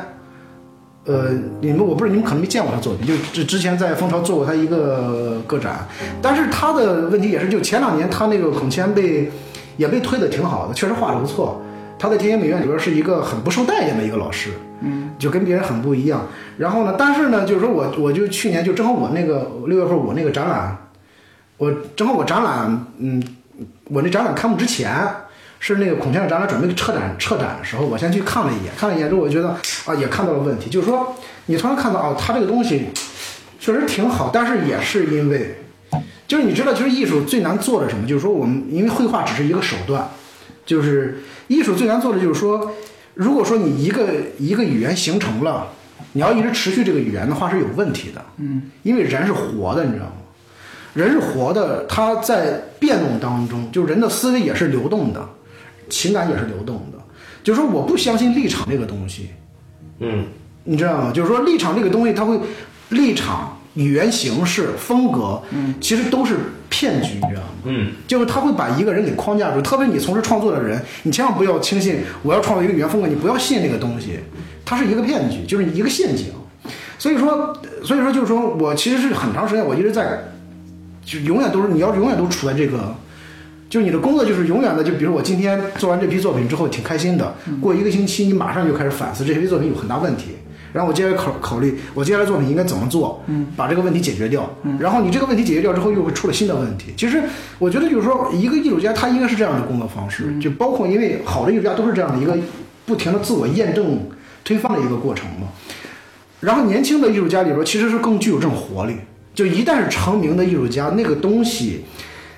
呃，你们我不是你们可能没见过他作品，就之之前在蜂巢做过他一个个展，但是他的问题也是，就前两年他那个孔谦被也被推的挺好的，确实画的不错。他在天津美院里边是一个很不受待见的一个老师，嗯，就跟别人很不一样。然后呢，但是呢，就是说我我就去年就正好我那个六月份我那个展览，我正好我展览，嗯，我那展览开幕之前是那个孔雀的展览准备撤展撤展的时候，我先去看了一眼，看了一眼之后，我觉得啊也看到了问题，就是说你突然看到哦，它这个东西确实挺好，但是也是因为，就是你知道，其实艺术最难做的是什么，就是说我们因为绘画只是一个手段，就是艺术最难做的就是说，如果说你一个一个语言形成了，你要一直持续这个语言的话是有问题的，嗯，因为人是活的，你知道吗？人是活的，他在变动当中，就是人的思维也是流动的，情感也是流动的。就是说，我不相信立场这个东西，嗯，你知道吗？就是说，立场这个东西，它会立场语言形式、风格，嗯，其实都是骗局，你知道吗？嗯，就是他会把一个人给框架住。特别你从事创作的人，你千万不要轻信我要创作一个语言风格，你不要信那个东西，它是一个骗局，就是一个陷阱。所以说，所以说就是说我其实是很长时间我一直在，就永远都是你要永远都处在这个。就是你的工作就是永远的，就比如我今天做完这批作品之后挺开心的，过一个星期你马上就开始反思这些作品有很大问题，然后我接着考考虑我接下来作品应该怎么做，把这个问题解决掉，然后你这个问题解决掉之后又会出了新的问题。其实我觉得就是说一个艺术家他应该是这样的工作方式，就包括因为好的艺术家都是这样的一个不停的自我验证推翻的一个过程嘛。然后年轻的艺术家里边其实是更具有这种活力，就一旦是成名的艺术家，那个东西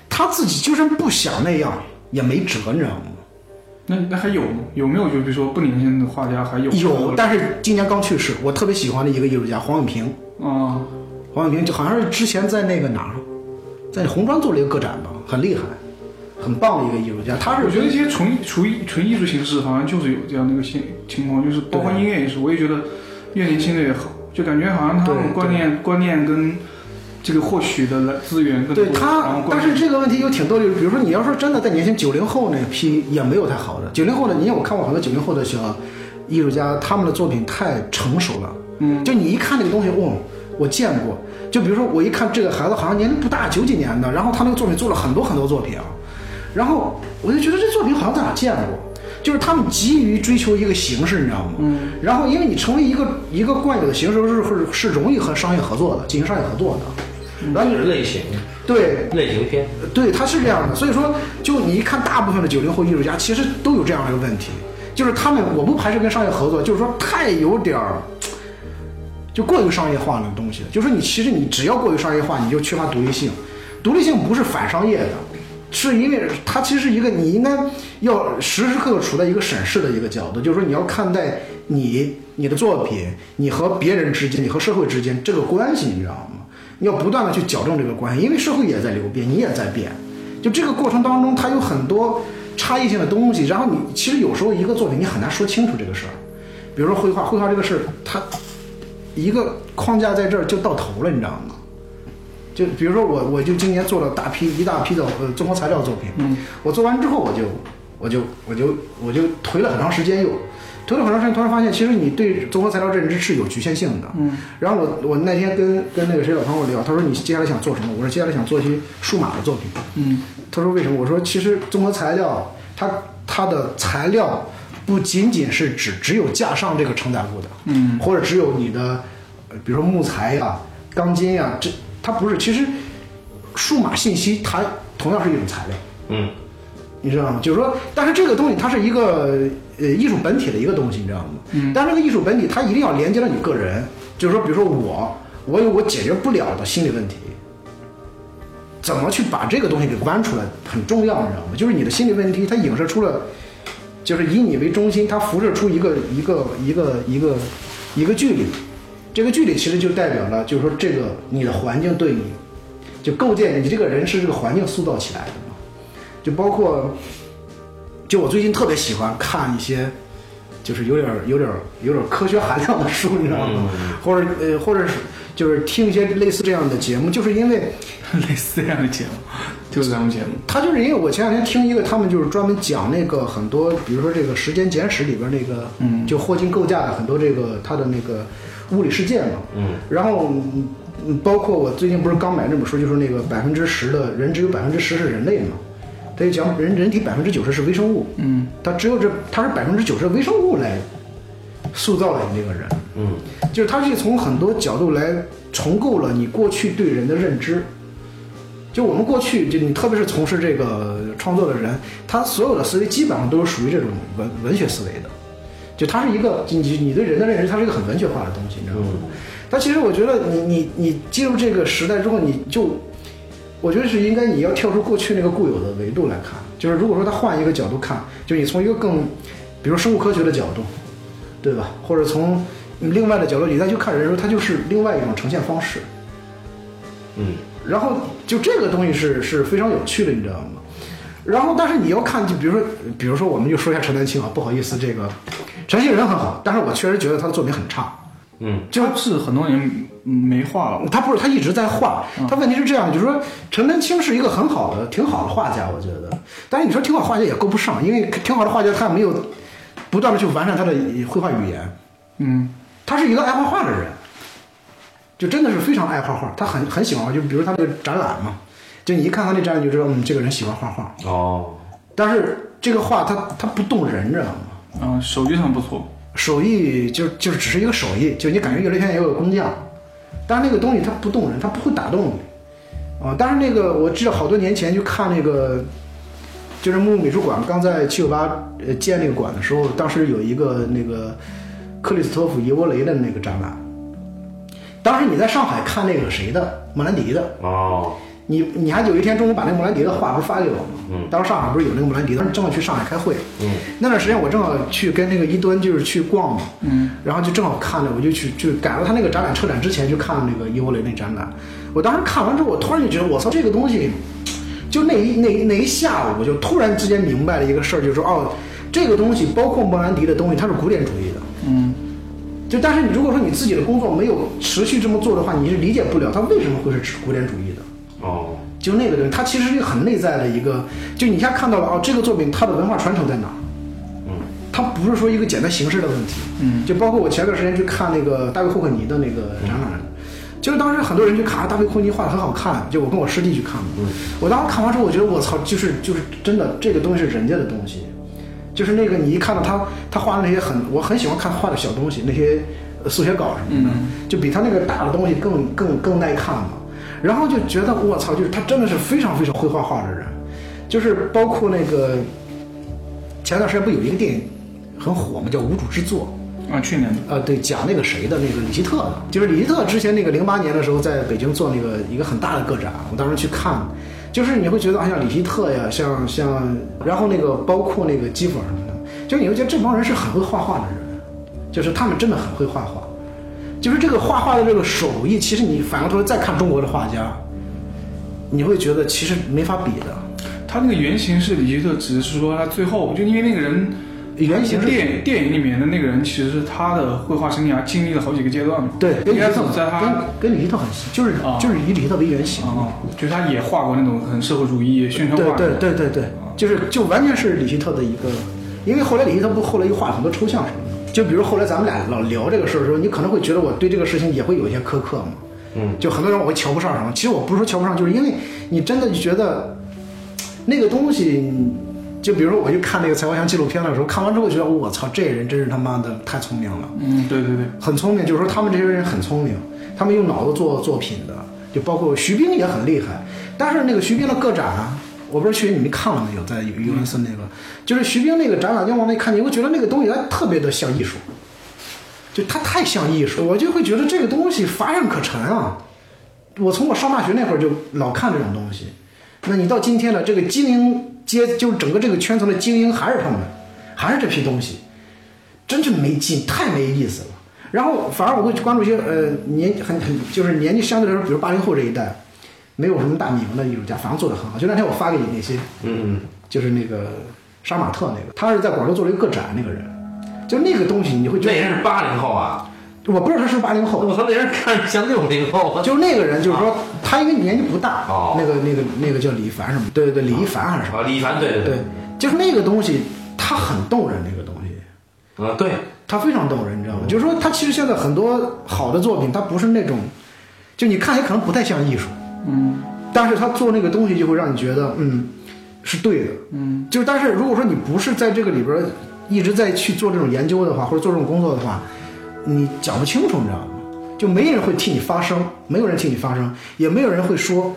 他自己就算不想那样也没辙，你知道吗？那那还有吗？有没有就比如说不领先的画家还有有，但是今年刚去世，我特别喜欢的一个艺术家黄永平，啊、黄永平就好像是之前在那个哪儿，在红砖做了一个个展吧，很厉害，很棒的一个艺术家。他是我觉得这些纯纯纯艺术形式好像就是有这样的一个情情况，就是包括音乐也是，我也觉得越年轻的越好，就感觉好像他对们观念观念跟这个获取的来资源更多，对然后他，观但是这个问题有挺多的，比如说你要说真的，在年轻九零后那批也没有太好的，九零后的，你看我看过很多九零后的小艺术家，他们的作品太成熟了，嗯，就你一看这个东西，哦，我见过，就比如说我一看这个孩子好像年龄不大，九几年的，然后他那个作品做了很多很多作品啊，然后我就觉得这作品好像在哪儿见过。就是他们急于追求一个形式，你知道吗？嗯。然后，因为你成为一个一个惯有的形式是是是容易和商业合作的，进行商业合作的。然后就你是类型对类型片，对，他是这样的。所以说，就你一看，大部分的九零后艺术家其实都有这样的一个问题，就是他们我不排斥跟商业合作，就是说太有点儿。就过于商业化那个东西，就是说你其实你只要过于商业化，你就缺乏独立性。独立性不是反商业的，是因为它其实是一个你应该要时时刻刻处在一个审视的一个角度，就是说你要看待你、你的作品、你和别人之间、你和社会之间这个关系，你知道吗？你要不断的去矫正这个关系，因为社会也在流变，你也在变。就这个过程当中，它有很多差异性的东西，然后你其实有时候一个作品你很难说清楚这个事儿。比如说绘画，绘画这个事儿，它一个框架在这儿就到头了，你知道吗？就比如说我，我就今年做了大批一大批的呃综合材料作品，嗯，我做完之后我就我就我就我就颓了很长时间又。颓了很长时间，突然发现其实你对综合材料认知是有局限性的。嗯，然后我我那天跟跟那个谁老朋友聊，他说你接下来想做什么？我说接下来想做一些数码的作品。嗯，他说为什么？我说其实综合材料它它的材料不仅仅是指只有架上这个承载物的，嗯，或者只有你的，呃比如说木材呀、钢筋呀、这它不是。其实数码信息它同样是一种材料，嗯，你知道吗？就是说，但是这个东西它是一个呃艺术本体的一个东西，你知道吗？嗯。但这个艺术本体它一定要连接到你个人，就是说，比如说我，我有我解决不了的心理问题，怎么去把这个东西给弯出来很重要，你知道吗？就是你的心理问题，它影射出了，就是以你为中心，它辐射出一个一个一个一个一个距离，这个距离其实就代表了，就是说这个你的环境对你，就构建你这个人是这个环境塑造起来的嘛，就包括，就我最近特别喜欢看一些。就是有点儿、有点儿、有点儿科学含量的书，你知道吗？或者呃，或者是就是听一些类似这样的节目，就是因为 类似这样的节目，就是咱们节目，他就是因为我前两天听一个，他们就是专门讲那个很多，比如说这个《时间简史》里边那个，嗯，就霍金构架很多这个他的那个物理世界嘛，嗯，然后嗯嗯包括我最近不是刚买那本书，就是那个百分之十的人只有百分之十是人类嘛，他就讲人人体百分之九十是微生物，嗯，它只有这它是百分之九十微生物来塑造了你这个人，嗯，就是它是从很多角度来重构了你过去对人的认知。就我们过去，就你特别是从事这个创作的人，他所有的思维基本上都是属于这种文文学思维的，就它是一个你你你对人的认识，它是一个很文学化的东西，你知道吗？但其实我觉得你你你进入这个时代之后，你就我觉得是应该你要跳出过去那个固有的维度来看，就是如果说他换一个角度看，就是你从一个更，比如生物科学的角度，对吧？或者从另外的角度你再去看人的时候，它就是另外一种呈现方式。嗯，然后就这个东西是是非常有趣的，你知道吗？然后但是你要看，就比如说，比如说我们就说一下陈丹青啊，不好意思，这个陈信仁很好，但是我确实觉得他的作品很差。嗯就是很多年没画了。他不是，他一直在画。他问题是这样，就是说陈丹青是一个很好的、挺好的画家，我觉得。但是你说挺好画家也够不上，因为挺好的画家他没有不断的去完善他的绘画语言。嗯，他是一个爱画画的人，就真的是非常爱画画。他很很喜欢画，就比如他那个展览嘛，就你一看他那展览，你就知道，嗯，这个人喜欢画画。哦，但是这个画他他不动人，知道吗？啊、手机上不错。手艺就就只是一个手艺，就你感觉乐队圈也有工匠，但是那个东西它不动人，它不会打动你啊。但是那个我记得好多年前去看那个，就是木木美术馆刚在七九八呃建那个馆的时候，当时有一个那个克里斯托弗耶沃雷的那个展览。当时你在上海看那个谁的莫兰迪的，哦，你你还有一天中午把那个莫兰迪的画不是发给我吗？嗯，当时上海不是有那个莫兰迪，当时正好去上海开会。嗯，那段时间我正好去跟那个一吨就是去逛嘛。嗯，然后就正好看了，我就去就赶到他那个展览车展之前去看了那个伊欧雷那展览。我当时看完之后，我突然就觉得我操这个东西，就那一那一那一下午，我就突然之间明白了一个事儿，就是说哦，这个东西包括莫兰迪的东西，它是古典主义的。嗯，就但是你如果说你自己的工作没有持续这么做的话，你是理解不了它为什么会是古典主义的。哦，就那个东西，它其实是一个很内在的一个，就你一下看到了哦，这个作品它的文化传承在哪儿？嗯，它不是说一个简单形式的问题。嗯，就包括我前段时间去看那个大卫霍克尼的那个展览，就是当时很多人去看啊大卫霍克尼画的很好看，就我跟我师弟去看的。嗯，我当时看完之后，我觉得我操，就是就是真的，这个东西是人家的东西，就是那个你一看到他他画的那些很，我很喜欢看画的小东西，那些呃速写稿什么的，就比他那个大的东西更更更耐看嘛。然后就觉得我操，就是他真的是非常非常会画画的人，就是包括那个前段时间不有一个电影很火嘛，叫《无主之作》。啊，去年的。呃，对，讲那个谁的那个李希特的，就是李希特之前那个零八年的时候在北京做那个一个很大的个展，我当时去看，就是你会觉得啊，像李希特呀，像像，然后那个包括那个基弗尔什么的，就是你会觉得这帮人是很会画画的人，就是他们真的很会画画，就是这个画画的这个手艺，其实你反过头来再看中国的画家，你会觉得其实没法比的，他那个原型是李希特，只是说他最后就因为那个人，原型是电影电影里面的那个人，其实是他的绘画生涯经历了好几个阶段嘛。对，跟应李该希是特在他啊、跟跟李希特很像，就是、啊哦就是以李希特为原型。就是他也画过那种很社会主义宣传对画。啊对对对对，就是就完全是李希特的一个，因为后来李希特不后来又画了很多抽象什么的，就比如后来咱们俩老聊这个事儿的时候，你可能会觉得我对这个事情也会有一些苛刻嘛，嗯，就很多人我会瞧不上什么，其实我不是说瞧不上，就是因为你真的就觉得那个东西。就比如说我去看那个蔡国强纪录片的时候，看完之后觉得我操，这人真是他妈的太聪明了。嗯，对对对，很聪明，就是说他们这些人很聪明，他们用脑子做作品的，就包括徐冰也很厉害。但是那个徐冰的个展啊，我不是去你们看了没有？在尤文森那个，就是徐冰那个展览，要往那看，你会觉得那个东西它特别的像艺术，就它太像艺术，我就会觉得这个东西乏善可陈啊。我从我上大学那会儿就老看这种东西，那你到今天的这个精英阶，就是整个这个圈层的精英还是他们，还是这批东西。真是没劲，太没意思了。然后反而我会去关注一些呃年很很就是年纪相对来说，比如八零后这一代，没有什么大名的艺术家，反而做得很好。就那天我发给你那些，嗯，就是那个杀马特那个，他是在广州做了一个个展，那个人，就那个东西你会觉那得，人哦是八零后啊，我不知道他是八零后，我操，那人看着像六零后啊，就是那个人就是说他因为年纪不大，哦那个那个那个叫李凡什么，对对对，李一凡还是什么，啊，李凡，对对，就是那个东西，它很动人，那个东西。对，啊，对，它非常动人，你知道吗？就是说，它其实现在很多好的作品，它不是那种，就你看也可能不太像艺术，嗯但是他做那个东西就会让你觉得，嗯，是对的。嗯，就是但是如果说你不是在这个里边一直在去做这种研究的话，或者做这种工作的话，你讲不清楚，你知道吗？就没人会替你发声，没有人替你发声，也没有人会说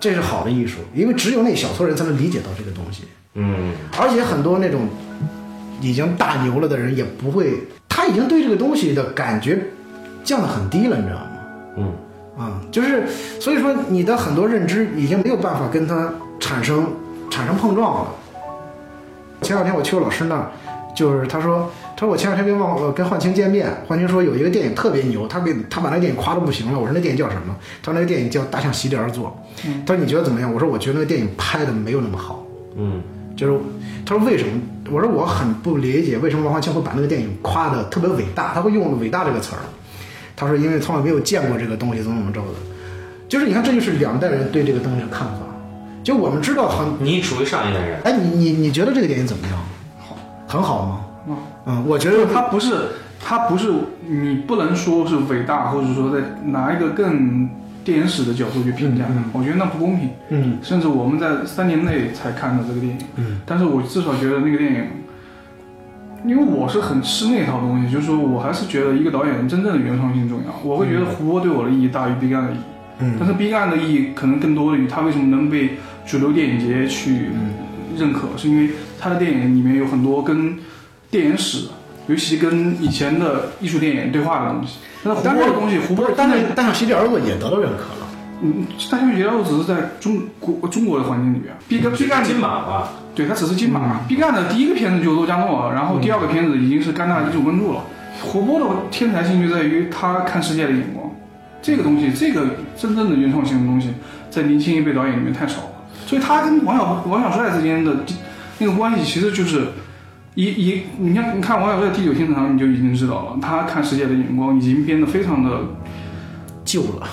这是好的艺术，因为只有那小撮人才能理解到这个东西。嗯，而且很多那种已经大牛了的人也不会，他已经对这个东西的感觉降得很低了，你知道吗？嗯，啊、就是所以说你的很多认知已经没有办法跟他产生产生碰撞了。前两天我去我老师那儿，就是他说，他说我前两天跟望呃跟焕清见面，焕清说有一个电影特别牛，他给他把那个电影夸的不行了。我说那电影叫什么？他说那个电影叫《大象席地而坐》。他说你觉得怎么样？我说我觉得那个电影拍的没有那么好。嗯，就是他说为什么？我说我很不理解为什么王华清会把那个电影夸得特别伟大，他会用“伟大”这个词儿。他说因为从来没有见过这个东西，怎么怎么着的。就是你看，这就是两代人对这个东西的看法。就我们知道很，你属于上一代人，哎，你你你觉得这个电影怎么样？好，很好吗？嗯嗯，我觉觉得得它不是，它不是，你不能说是伟大，或者说在拿一个更电影史的角度去评价，嗯嗯我觉得那不公平。嗯，甚至我们在三年内才看的这个电影，嗯，但是我至少觉得那个电影，因为我是很吃那套东西，就是说我还是觉得一个导演真正的原创性重要。我会觉得胡波对我的意义大于毕赣的意义，嗯，但是毕赣的意义可能更多的于他为什么能被主流电影节去认可，是因为他的电影里面有很多跟电影史。尤其跟以前的艺术电影对话的东西，但是胡波的东西，胡波不是，但是单向席地而坐也得到认可了。嗯，大象学家我只是在中国中国的环境里边，毕赣毕赣金马吧，对他只是金马，毕赣的第一个片子就是《洛迦诺》，然后第二个片子已经是戛纳艺术关注了。活泼的天才性就在于他看世界的眼光，这个东西，这个真正的原创性的东西，在年轻一辈导演里面太少了。所以他跟王小王小帅之间的那个关系，其实就是一一，你看你看王小帅《第九天堂》，你就已经知道了，他看世界的眼光已经变得非常的旧了，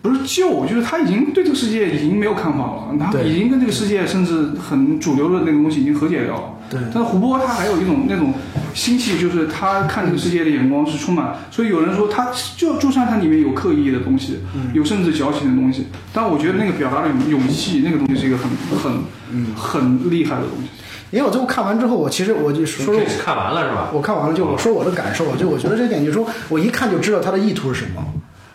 不是旧，就是他已经对这个世界已经没有看法了，他对已经跟这个世界甚至很主流的那个东西已经和解掉了。对但是胡波他还有一种那种心气，就是他看这个世界的眼光是充满，所以有人说他就就算他里面有刻意的东西，有甚至矫情的东西，但我觉得那个表达的勇勇气，那个东西是一个很很、很厉害的东西。因为我最后看完之后，我其实我就你说这是看完了是吧？我看完了就我说我的感受，就我觉得这点就是说我一看就知道他的意图是什么。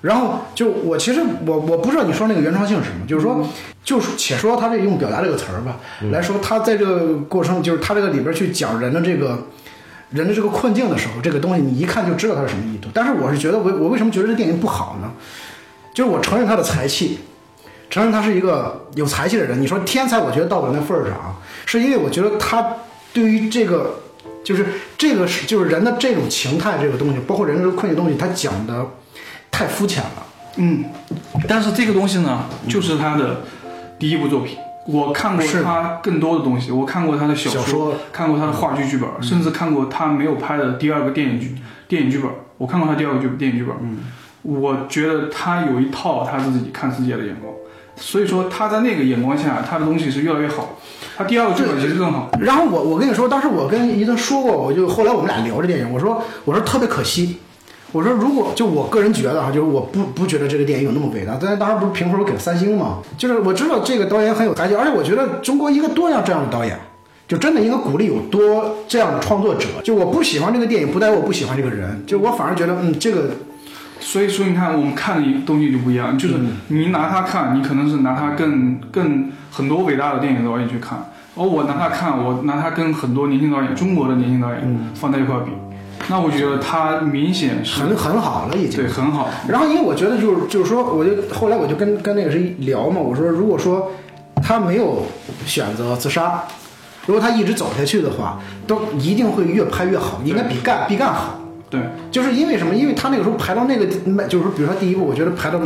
然后就我其实我我不知道你说那个原创性是什么，就是说，就是且说他这用表达这个词儿吧，来说他在这个过程，就是他这个里边去讲人的这个人的这个困境的时候，这个东西你一看就知道他是什么意图。但是我是觉得我我为什么觉得这电影不好呢？就是我承认他的才气，承认他是一个有才气的人。你说天才，我觉得到不了那份儿上啊，是因为我觉得他对于这个，就是这个是就是人的这种情态这个东西，包括人的这个困境东西，他讲的太肤浅了。嗯，但是这个东西呢，就是他的第一部作品。我看过是他更多的东西，我看过他的小小说看过他的话剧剧本，甚至看过他没有拍的第二个电影剧电影剧本。我看过他第二个剧电影剧本，嗯，我觉得他有一套他自己看世界的眼光，所以说他在那个眼光下，他的东西是越来越好。他第二个剧本其实更好，然后我我跟你说，当时我跟一顿说过，我就后来我们俩聊这电影，我说我说特别可惜，我说如果就我个人觉得哈，啊就是我不不觉得这个电影有那么伟大，但是当时不是评分我给了三星嘛，就是我知道这个导演很有才气，而且我觉得中国应该多样这样的导演。就真的应该鼓励有多这样的创作者。就我不喜欢这个电影，不代表我不喜欢这个人。就我反而觉得，嗯，这个所以说你看我们看的东西就不一样，就是你拿它看，你可能是拿它更更很多伟大的电影导演去看，而我拿它看，我拿它跟很多年轻导演，中国的年轻导演放在一块比，那我觉得它明显是很很好了，已经对。很好，然后因为我觉得就是就是说，我就后来我就跟跟那个谁聊嘛，我说如果说他没有选择自杀，如果他一直走下去的话，都一定会越拍越好，应该比干比干好。对，就是因为什么？因为他那个时候排到那个，就是说比如说第一部，我觉得排到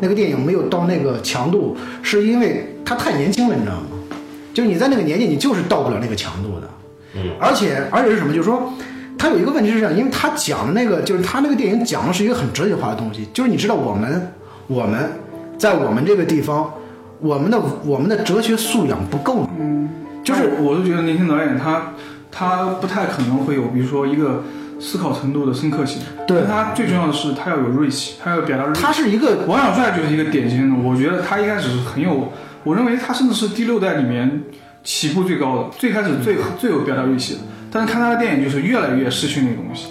那个电影没有到那个强度，是因为他太年轻了，你知道吗？就是你在那个年纪，你就是到不了那个强度的。嗯，而且而且是什么？就是说，他有一个问题是这样，因为他讲的那个，就是他那个电影讲的是一个很哲学化的东西，就是你知道我们我们在我们这个地方，我们的我们的哲学素养不够，嗯，就是但我是觉得年轻导演他他不太可能会有，比如说一个思考程度的深刻性，对但他最重要的是他要有锐气，他要表达锐气。他是一个王小帅就是一个典型的，我觉得他一开始是很有，我认为他甚至是第六代里面起步最高的，最开始最、嗯最有表达预期的。但是看他的电影就是越来越失去那个东西，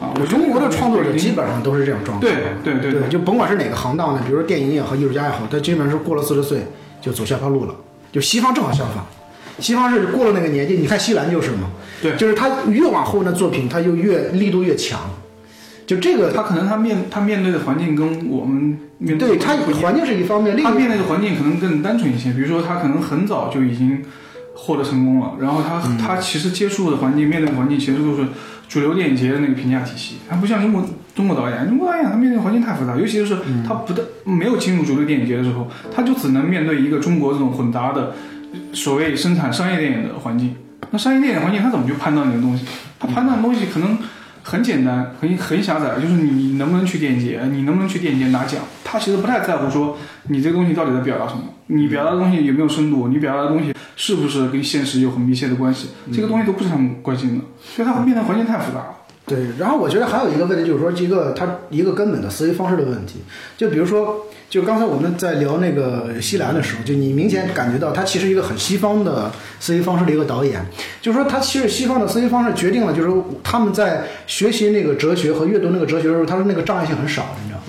啊，我觉得中国的创作者基本上都是这种状态。对对对对就甭管是哪个行当的，比如说电影也好，艺术家也好，他基本上是过了四十岁就走下坡路了。就西方正好相反，西方是过了那个年纪，你看西兰就是嘛，对就是他越往后呢，作品他就越力度越强。就这个，他可能他面他面对的环境跟我们面对的他不一样环境是一方面，另他一面对的环境可能更单纯一些，比如说他可能很早就已经获得成功了，然后他、嗯他其实接触的环境、面对的环境其实都是主流电影节的那个评价体系，他不像中国中国导演，中国导演他面对的环境太复杂，尤其是嗯他不但没有进入主流电影节的时候，他就只能面对一个中国这种混杂的所谓生产商业电影的环境。那商业电影环境他怎么去判断你的东西？他判断的东西可能很简单，很很狭窄，就是你能不能去电影节，你能不能去电影节拿奖，他其实不太在乎说你这个东西到底在表达什么，你表达的东西有没有深度，你表达的东西是不是跟现实有很密切的关系，这个东西都不是他们关心的，所以它会变得环境太复杂了。对，然后我觉得还有一个问题就是说，一个它一个根本的思维方式的问题，就比如说，就刚才我们在聊那个西兰的时候，就你明显感觉到他其实一个很西方的思维方式的一个导演，就是说他其实西方的思维方式决定了，就是说他们在学习那个哲学和阅读那个哲学的时候，他的那个障碍性很少，你知道吗？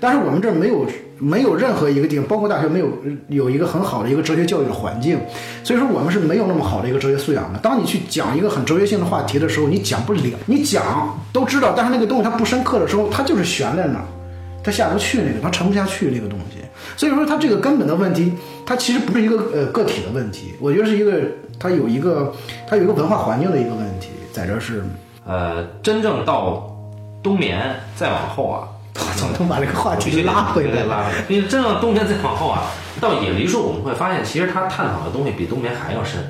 但是我们这儿没有没有任何一个地方，包括大学没有有一个很好的一个哲学教育的环境，所以说我们是没有那么好的一个哲学素养的。当你去讲一个很哲学性的话题的时候，你讲不了，你讲都知道，但是那个东西它不深刻的时候，它就是悬在那儿，它下不去那个，它沉不下去那个东西。所以说它这个根本的问题，它其实不是一个呃个体的问题，我觉得是一个它有一个它有一个文化环境的一个问题，在这儿是， 呃，真正到冬眠再往后啊，我操，都把这个话题拉回来了。拉回来。你真要冬眠再往后啊，到野梨树，我们会发现，其实它探讨的东西比冬眠还要深。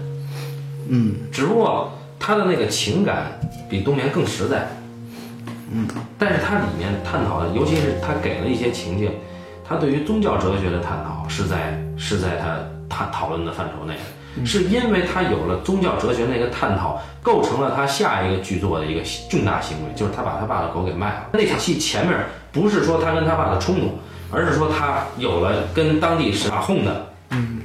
嗯，只不过它的那个情感比冬眠更实在。嗯，但是它里面探讨的，尤其是它给了一些情境，它对于宗教哲学的探讨是在是在它探讨论的范畴内的。是因为它有了宗教哲学那个探讨，构成了他下一个剧作的一个重大行为，就是他把他爸的狗给卖了。那场戏前面不是说他跟他爸的冲突，而是说他有了跟当地傻哄的，嗯，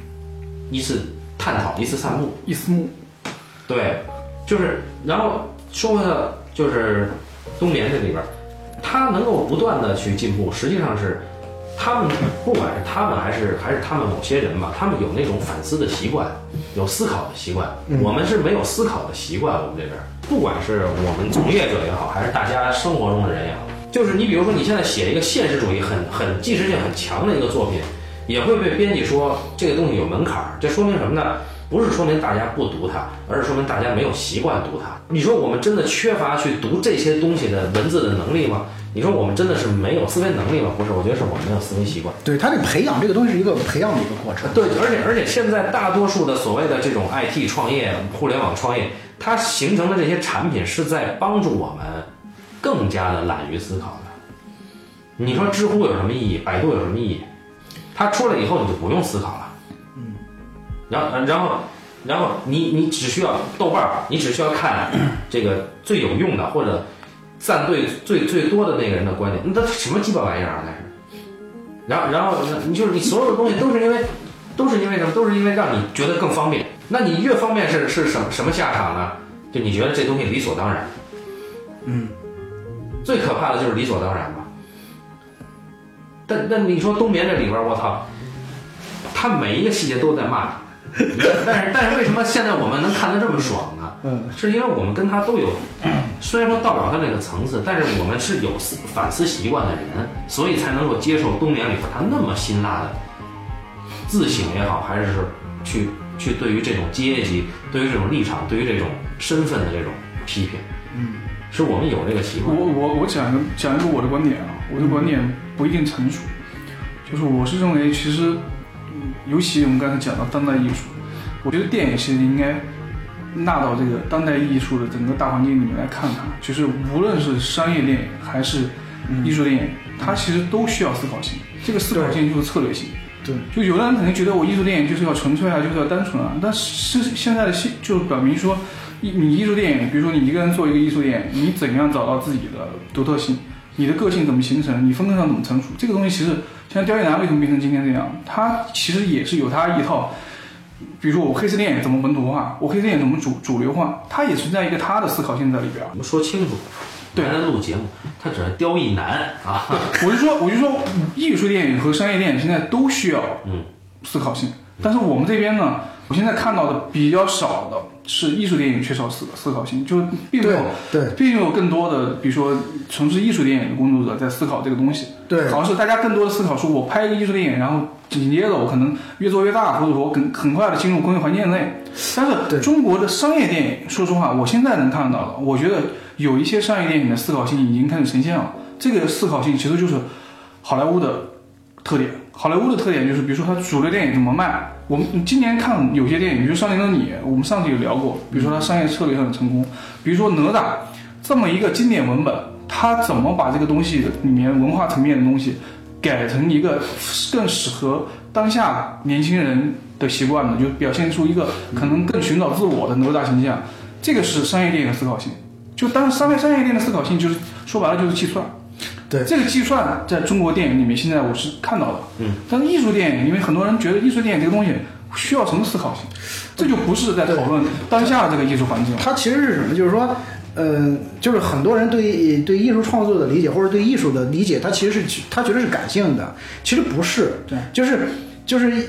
一次探讨，一次散步。一丝木，对，就是，然后说回到就是冬眠这里边儿，他能够不断的去进步，实际上是他们不管是他们还是还是他们某些人吧，他们有那种反思的习惯，有思考的习惯。我们是没有思考的习惯，我们这边儿，不管是我们从业者也好，还是大家生活中的人也好，就是你比如说你现在写一个现实主义很很纪实性很强的一个作品，也会被编辑说这个东西有门槛儿，这说明什么呢？不是说明大家不读它，而是说明大家没有习惯读它。你说我们真的缺乏去读这些东西的文字的能力吗？你说我们真的是没有思维能力吗？不是，我觉得是我们没有思维习惯。对，它这个培养这个东西是一个培养的一个过程。对，而且而且现在大多数的所谓的这种 IT 创业、互联网创业，它形成的这些产品是在帮助我们更加的懒于思考的。你说知乎有什么意义？百度有什么意义？它出来以后你就不用思考了。嗯，然后然后然后你你只需要豆瓣儿，你只需要看这个最有用的或者赞对最最多的那个人的观点，那它什么鸡巴玩意儿啊？那是。然后然后你就是你所有的东西都是因为都是因为什么？都是因为让你觉得更方便。那你越方便是是什么什么下场呢？就你觉得这东西理所当然。嗯，最可怕的就是理所当然吧。但但你说冬眠这里边儿，我操，他每一个细节都在骂你。但是但是为什么现在我们能看得这么爽呢？嗯，是因为我们跟他 都有，虽然说到不了他那个层次，但是我们是有思反思习惯的人，所以才能够接受冬眠里边他那么辛辣的自省也好，还是去去对于这种阶级、对于这种立场、对于这种身份的这种批评，嗯，是我们有这个习我惯。我我讲一个讲一个我的观点啊，我的观点不一定成熟，就是我是认为其实，嗯尤其我们刚才讲到当代艺术，我觉得电影其实应该纳到这个当代艺术的整个大环境里面来看它，就是无论是商业电影还是嗯艺术电影，它其实都需要思考性，这个思考性就是策略性。对，就有的人肯定觉得我艺术电影就是要纯粹啊，就是要单纯啊，但是现在的现就是表明说，你你艺术电影，比如说你一个人做一个艺术电影，你怎样找到自己的独特性，你的个性怎么形成，你风格上怎么成熟，这个东西其实像刁亦男为什么变成今天这样，他其实也是有他一套，比如说我黑色电影怎么本土化，我黑色电影怎么主主流化，它也存在一个他的思考性在里边儿。我们说清楚，对来录节目，他只是刁一男啊，我就说，我就说，艺术电影和商业电影现在都需要嗯思考性，但是我们这边呢，我现在看到的比较少的是艺术电影缺少思思考性，就是并没有对对并没有更多的，比如说从事艺术电影的工作者在思考这个东西，对好像是大家更多的思考说，我拍一个艺术电影，然后紧接着我可能越做越大，或者说我很很快的进入工业环境内。但对是中国的商业电影，说实话，我现在能看到的，我觉得有一些商业电影的思考性已经开始呈现了。这个思考性其实就是好莱坞的特点。好莱坞的特点就是，比如说它主流电影怎么卖。我们今年看有些电影，比如《少年的你》，我们上次有聊过，比如说它商业策略上的成功，比如说《哪吒》，这么一个经典文本，他怎么把这个东西里面文化层面的东西改成一个更适合当下年轻人的习惯呢？就表现出一个可能更寻找自我的哪吒形象，这个是商业电影的思考性。就当商业商业电影的思考性，就是说白了就是计算。对这个计算在中国电影里面，现在我是看到的。嗯，但是艺术电影，因为很多人觉得艺术电影这个东西需要什么思考性，这就不是在讨论当下这个艺术环境。它其实是什么？就是说，嗯、就是很多人对对艺术创作的理解，或者对艺术的理解，他其实是他觉得是感性的，其实不是。对，就是就是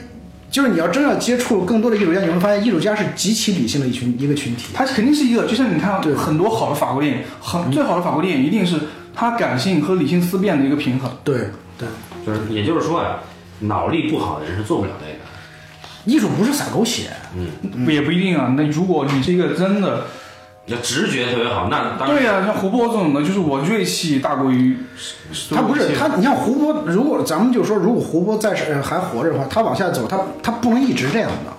就是你要真要接触更多的艺术家，你会发现艺术家是极其理性的一群一个群体。它肯定是一个，就像你看对嗯很多好的法国电影，很最好的法国电影一定是它感性和理性思辨的一个平衡。对对，就是也就是说啊，脑力不好的人是做不了这个的。嗯艺术不是撒狗血，嗯也不一定啊。那如果你是一个真的，要直觉特别好，那当然对呀、啊像胡波这种的，就是我锐气大过于他不所有是一切他，你像胡波，如果咱们就说，如果胡波在世呃还活着的话，他往下走，他他不能一直这样的，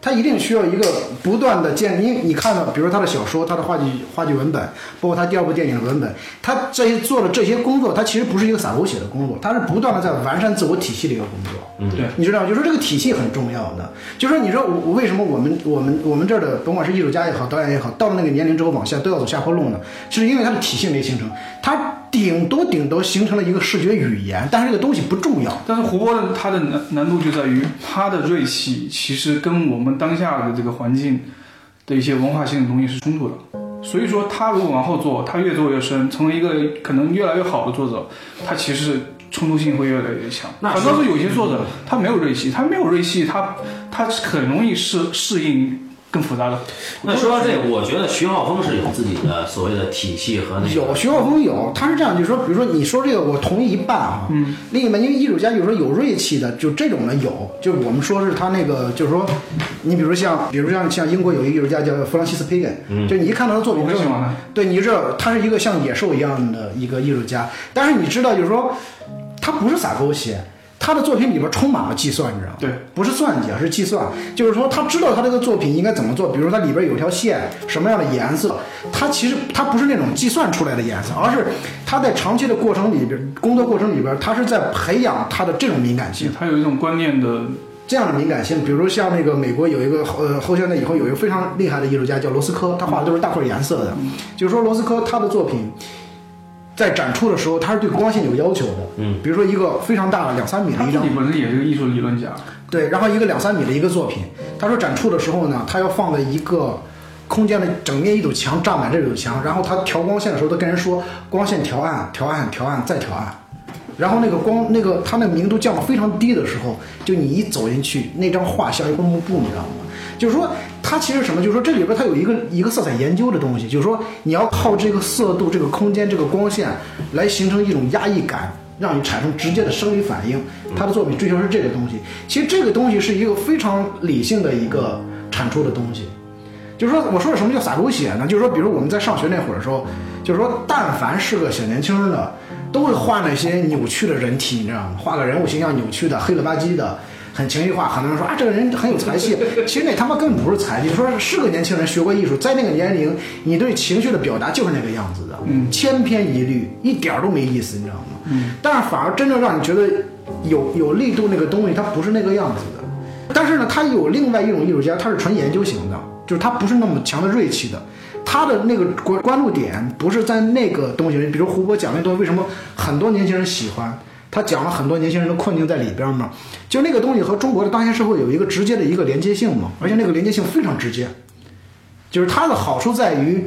他一定需要一个不断的建立。因为你看到，比如他的小说、他的话剧、话剧文本，包括他第二部电影的文本，他这些做的这些工作，他其实不是一个撒狗血的工作，他是不断的在完善自我体系的一个工作。对你知道，就说这个体系很重要的，就说你说我我为什么我们我们我们这儿的甭管是艺术家也好，导演也好，到了那个年龄之后往下都要走下坡路呢？是因为他的体系没形成，他顶多顶多形成了一个视觉语言，但是这个东西不重要。但是胡波的他的难难度就在于他的锐气其实跟我们当下的这个环境的一些文化性的东西是冲突的。所以说，他如果往后做，他越做越深，成为一个可能越来越好的作者，他其实冲突性会越来越强。那反是倒是有些作者，他没有锐气，他没有锐气，他他很容易适适应更复杂的。那说到这个，我觉得徐浩峰是有自己的所谓的体系和那个有徐浩峰有，他是这样，就是说，比如说你说这个，我同意一半啊。嗯。另一半，因为艺术家有时候有锐气的，就这种的有，就我们说是他那个，就是说，你比如像，比如像像英国有一个艺术家叫弗朗西斯·培根，就你一看他的作品我之很后，喜欢他对，你知道他是一个像野兽一样的一个艺术家，但是你知道，就是说，他不是撒狗血。他的作品里边充满了计算，你知道吗？对，不是算计，啊，是计算。就是说，他知道他这个作品应该怎么做，比如它里边有条线，什么样的颜色，他其实他不是那种计算出来的颜色，而是他在长期的过程里边，工作过程里边，他是在培养他的这种敏感性。他有一种观念的这样的敏感性，比如像那个美国有一个呃后现代以后有一个非常厉害的艺术家叫罗斯科，他画的都是大块颜色的，就是说罗斯科他的作品。在展出的时候，他是对光线有要求的。嗯，比如说一个非常大的两三米的他一自张己本身也是个艺术理论家，对，然后一个两三米的一个作品，他说展出的时候呢，他要放在一个空间的整面一堵墙占满这堵墙，然后他调光线的时候，他跟人说光线调暗，调暗，调暗，再调暗。然后那个光，那个他那个明度降到非常低的时候，就你一走进去，那张画像一块幕布，你知道吗？就是说，它其实什么？就是说这里边它有一个一个色彩研究的东西，就是说你要靠这个色度、这个空间、这个光线来形成一种压抑感，让你产生直接的生理反应。他的作品追求是这个东西，其实这个东西是一个非常理性的一个产出的东西。就是说，我说的什么叫撒狗血呢？就是说，比如我们在上学那会儿的时候，就是说，但凡是个小年轻的，都会画那些扭曲的人体，你知道吗？画个人物形象扭曲的、黑了吧唧的，很情绪化。很多人说啊，这个人很有才气，其实那他妈根本不是才气。说是个年轻人学过艺术，在那个年龄，你对情绪的表达就是那个样子的，嗯，千篇一律，一点儿都没意思，你知道吗？嗯，但是反而真正让你觉得有有力度那个东西，它不是那个样子的。但是呢，他有另外一种艺术家，他是纯研究型的，就是他不是那么强的锐气的，他的那个关关注点不是在那个东西，比如胡波讲那东西，为什么很多年轻人喜欢？他讲了很多年轻人的困境在里边嘛，就那个东西和中国的当下社会有一个直接的一个连接性嘛，而且那个连接性非常直接，就是它的好处在于，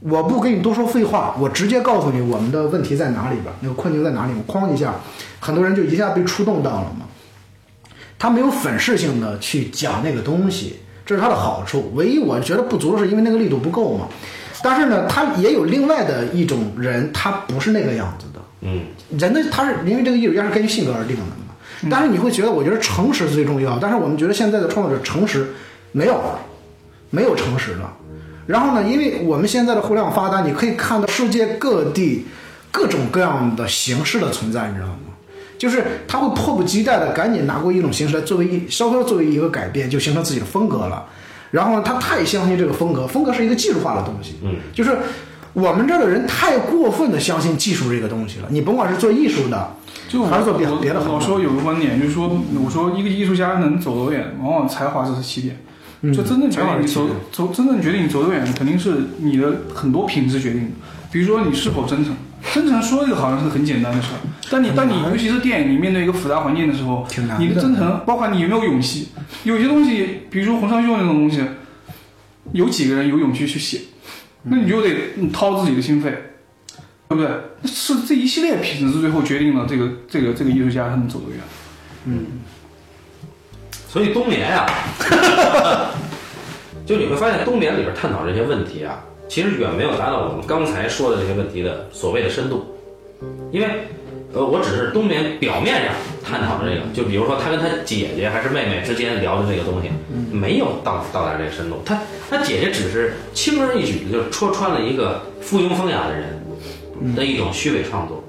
我不跟你多说废话，我直接告诉你我们的问题在哪里边，那个困境在哪里，我哐一下，很多人就一下被触动到了嘛。他没有粉饰性的去讲那个东西，这是他的好处。唯一我觉得不足的是因为那个力度不够嘛。但是呢，他也有另外的一种人，他不是那个样子的。嗯，人的他是因为这个艺术家是根据性格而定的嘛。但是你会觉得，我觉得诚实最重要。但是我们觉得现在的创作者诚实没有了，没有诚实了。然后呢，因为我们现在的互联网发达，你可以看到世界各地各种各样的形式的存在，你知道吗？就是他会迫不及待的赶紧拿过一种形式来作为一稍稍作为一个改变，就形成自己的风格了。然后呢，他太相信这个风格，风格是一个技术化的东西，嗯，就是我们这儿的人太过分的相信技术这个东西了。你甭管是做艺术的，就我还是做别我别的行我当说有个观点，就是说，我说一个艺术家能走多远，往往才华是起点。嗯就真正决定你走走，真正决定你走多远，肯定是你的很多品质决定的。比如说你是否真诚，真诚说这个好像是很简单的事儿，但你但你尤其是电影，你面对一个复杂环境的时候，挺难的你的真诚，包括你有没有勇 气，有些东西，比如说洪尚秀那种东西，有几个人有勇气去写？那你就得嗯掏自己的心肺，对不对？是这一系列品质最后决定了这个这个这个艺术家他能走多远。所以冬眠啊，就你会发现冬眠里边探讨这些问题啊，其实远没有达到我们刚才说的这些问题的所谓的深度，因为。呃，我只是冬眠表面上探讨的这个，就比如说他跟他姐姐还是妹妹之间聊的这个东西，没有到到达这个深度。他他姐姐只是轻而易举的就戳穿了一个附庸风雅的人的一种虚伪创作。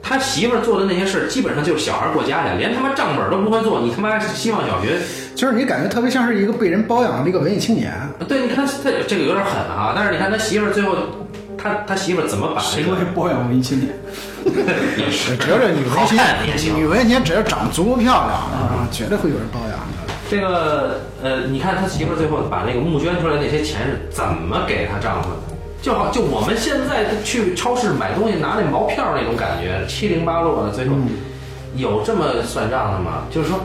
他媳妇儿做的那些事儿，基本上就是小孩儿过家家，连他妈账本儿都不会做，你他妈希望小学就是你感觉特别像是一个被人包养的一个文艺青年。对，你看他这个有点狠啊，但是你看他媳妇儿最后，他他媳妇儿怎么把谁这会个包养文艺青年？ 也是只要这女文好青看也行女。文青只要长足够漂亮，啊，绝对会有人包养的。这个呃，你看他媳妇儿最后把那个募捐出来那些钱是怎么给她丈夫的？就好，就我们现在去超市买东西拿那毛票那种感觉，七零八落的，最后有这么算账的吗？就是说，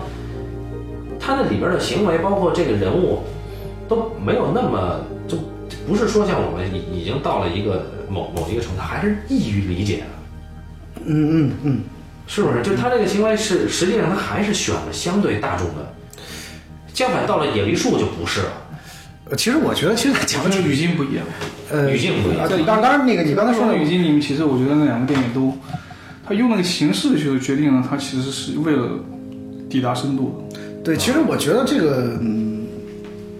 他那里边的行为，包括这个人物，都没有那么就不是说像我们已已经到了一个某某一个程度，还是易于理解的。嗯嗯嗯，是不是？就他这个行为是，实际上他还是选了相对大众的。相反，到了野梨树就不是了，呃其实我觉得现在讲我的觉是得语境不一样。呃语境不一样啊对，当当然那个你刚才说说的的语境里面，其实我觉得那两个电影都，他用那个形式就是决定了他其实是为了抵达深度的。对，其实我觉得这个嗯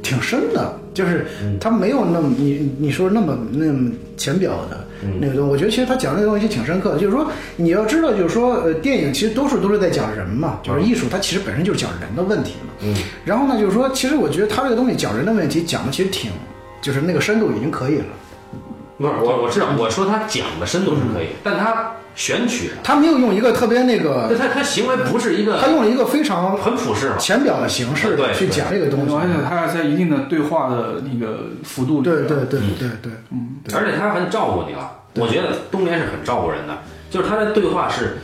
挺深的，就是他没有那么你你说那么那么浅表的那个东西，我觉得其实他讲的那个东西挺深刻的，就是说你要知道，就是说呃电影其实多数都是在讲人嘛，就是艺术它其实本身就是讲人的问题嘛。嗯。然后呢，就是说其实我觉得他这个东西讲人的问题讲的其实挺，就是那个深度已经可以了。不是我我知道，我说他讲的深度是可以，但他选取的，他没有用一个特别那但个，他他行为不是一他个用了一个非常很普世嘛。浅表的形式对去讲这个东西。而且他要在一定的对话的那个幅度里。对对对对对，对而且他很照顾你了。我觉得冬眠是很照顾人的，就是他的对话是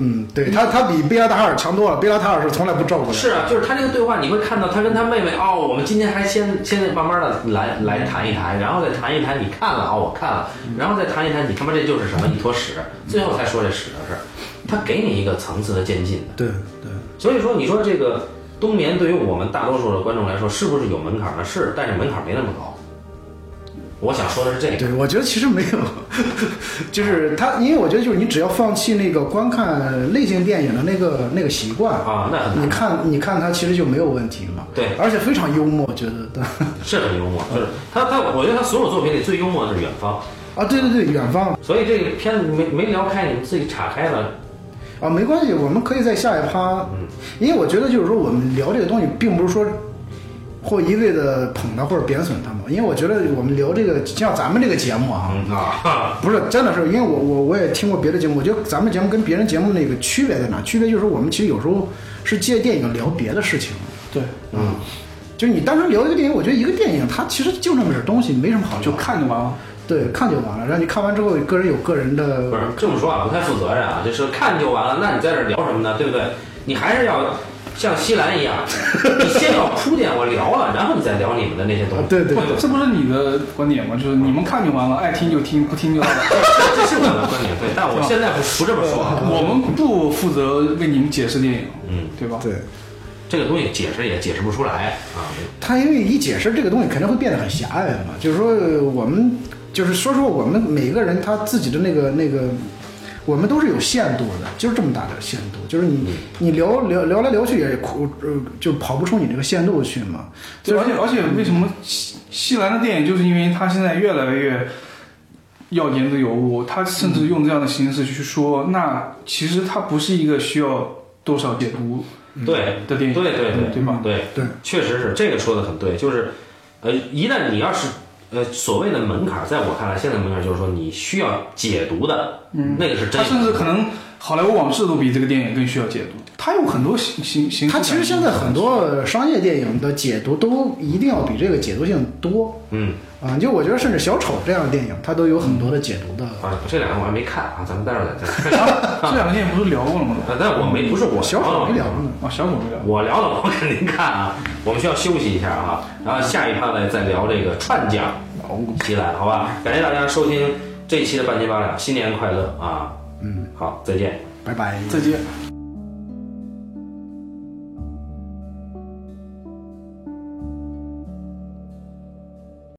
嗯，对他，他比贝拉塔尔强多了。贝拉塔尔是从来不照顾人，是啊，就是他这个对话，你会看到他跟他妹妹哦，我们今天还先先慢慢的来来谈一谈，然后再谈一谈你看了啊、我看了，然后再谈一谈你他妈这就是什么一坨屎，最后才说这屎的事儿，他给你一个层次的渐进的。对对，所以说，你说这个冬眠对于我们大多数的观众来说，是不是有门槛呢？是，但是门槛没那么高。我想说的是这个，对，我觉得其实没有， 就是他，因为我觉得就是你只要放弃那个观看类型电影的那个那个习惯，啊，那很你难，看你看他其实就没有问题了。对而且非常幽默，我觉得对是很幽默，就是他他，我觉得他所有作品里最幽默的是远方， 啊，对对对，远方所以这个片子没没聊开，你们自己岔开了。啊，没关系，我们可以在下一趴，因为我觉得就是说我们聊这个东西，并不是说或一味的捧他或者贬损他们，因为我觉得我们聊这个，像咱们这个节目啊，嗯 啊，不是，真的是，因为我我我也听过别的节目，我觉得咱们节目跟别人节目那个区别在哪？区别就是我们其实有时候是借电影聊别的事情，对，嗯，就是你单纯聊一个电影，我觉得一个电影它其实就那么点东西，没什么好聊就看就完了。对看就完了，然后你看完之后，个人有个人的不是这么说啊，不太负责任啊，就是看就完了，那你在这聊什么呢？对不对？你还是要像西兰一样，你先要铺垫我聊了，然后你再聊你们的那些东啊西，。对对不对，，这不是你的观点吗？就是你们看就完了，爱听就听，不听就算了。 这是我的观点，对，但我现在不不这么说啊。我们不负责为你们解释电影，嗯，对吧？对这个东西解释也解释不出来啊。他因为一解释这个东西，肯定会变得很狭隘嘛，就是说我们就是说说我们每个人他自己的那个那个。我们都是有限度的，就是这么大的限度，就是你你聊聊聊来聊去也苦，呃，就跑不出你这个限度去嘛。对，而且而且为什么西西兰的电影，就是因为它现在越来越要言之有物，它甚至用这样的形式去说，那其实它不是一个需要多少解读对的对电影，嗯对对对吧？对对，确实是这个说的很对，就是，呃，一旦你要是呃，所谓的门槛，在我看来，现在门槛就是说你需要解读的，嗯，那个是真他的。甚至可能好莱坞往事都比这个电影更需要解读，他有很多形形形。它其实现在很多商业电影的解读都一定要比这个解读性多嗯啊、就我觉得甚至小丑这样的电影，它都有很多的解读的。啊，这两个我还没看啊，咱们待会儿再再看。这两个电影不是聊过了吗？呃但我没不是我嗯小丑没聊嗯呢，啊，小狗没聊。我聊了，我肯定看啊。我们需要休息一下啊，然后下一趴呢再聊这个串讲西兰，好吧？感谢大家收听这一期的半斤八两，新年快乐啊！嗯，好，再见。拜拜。再见。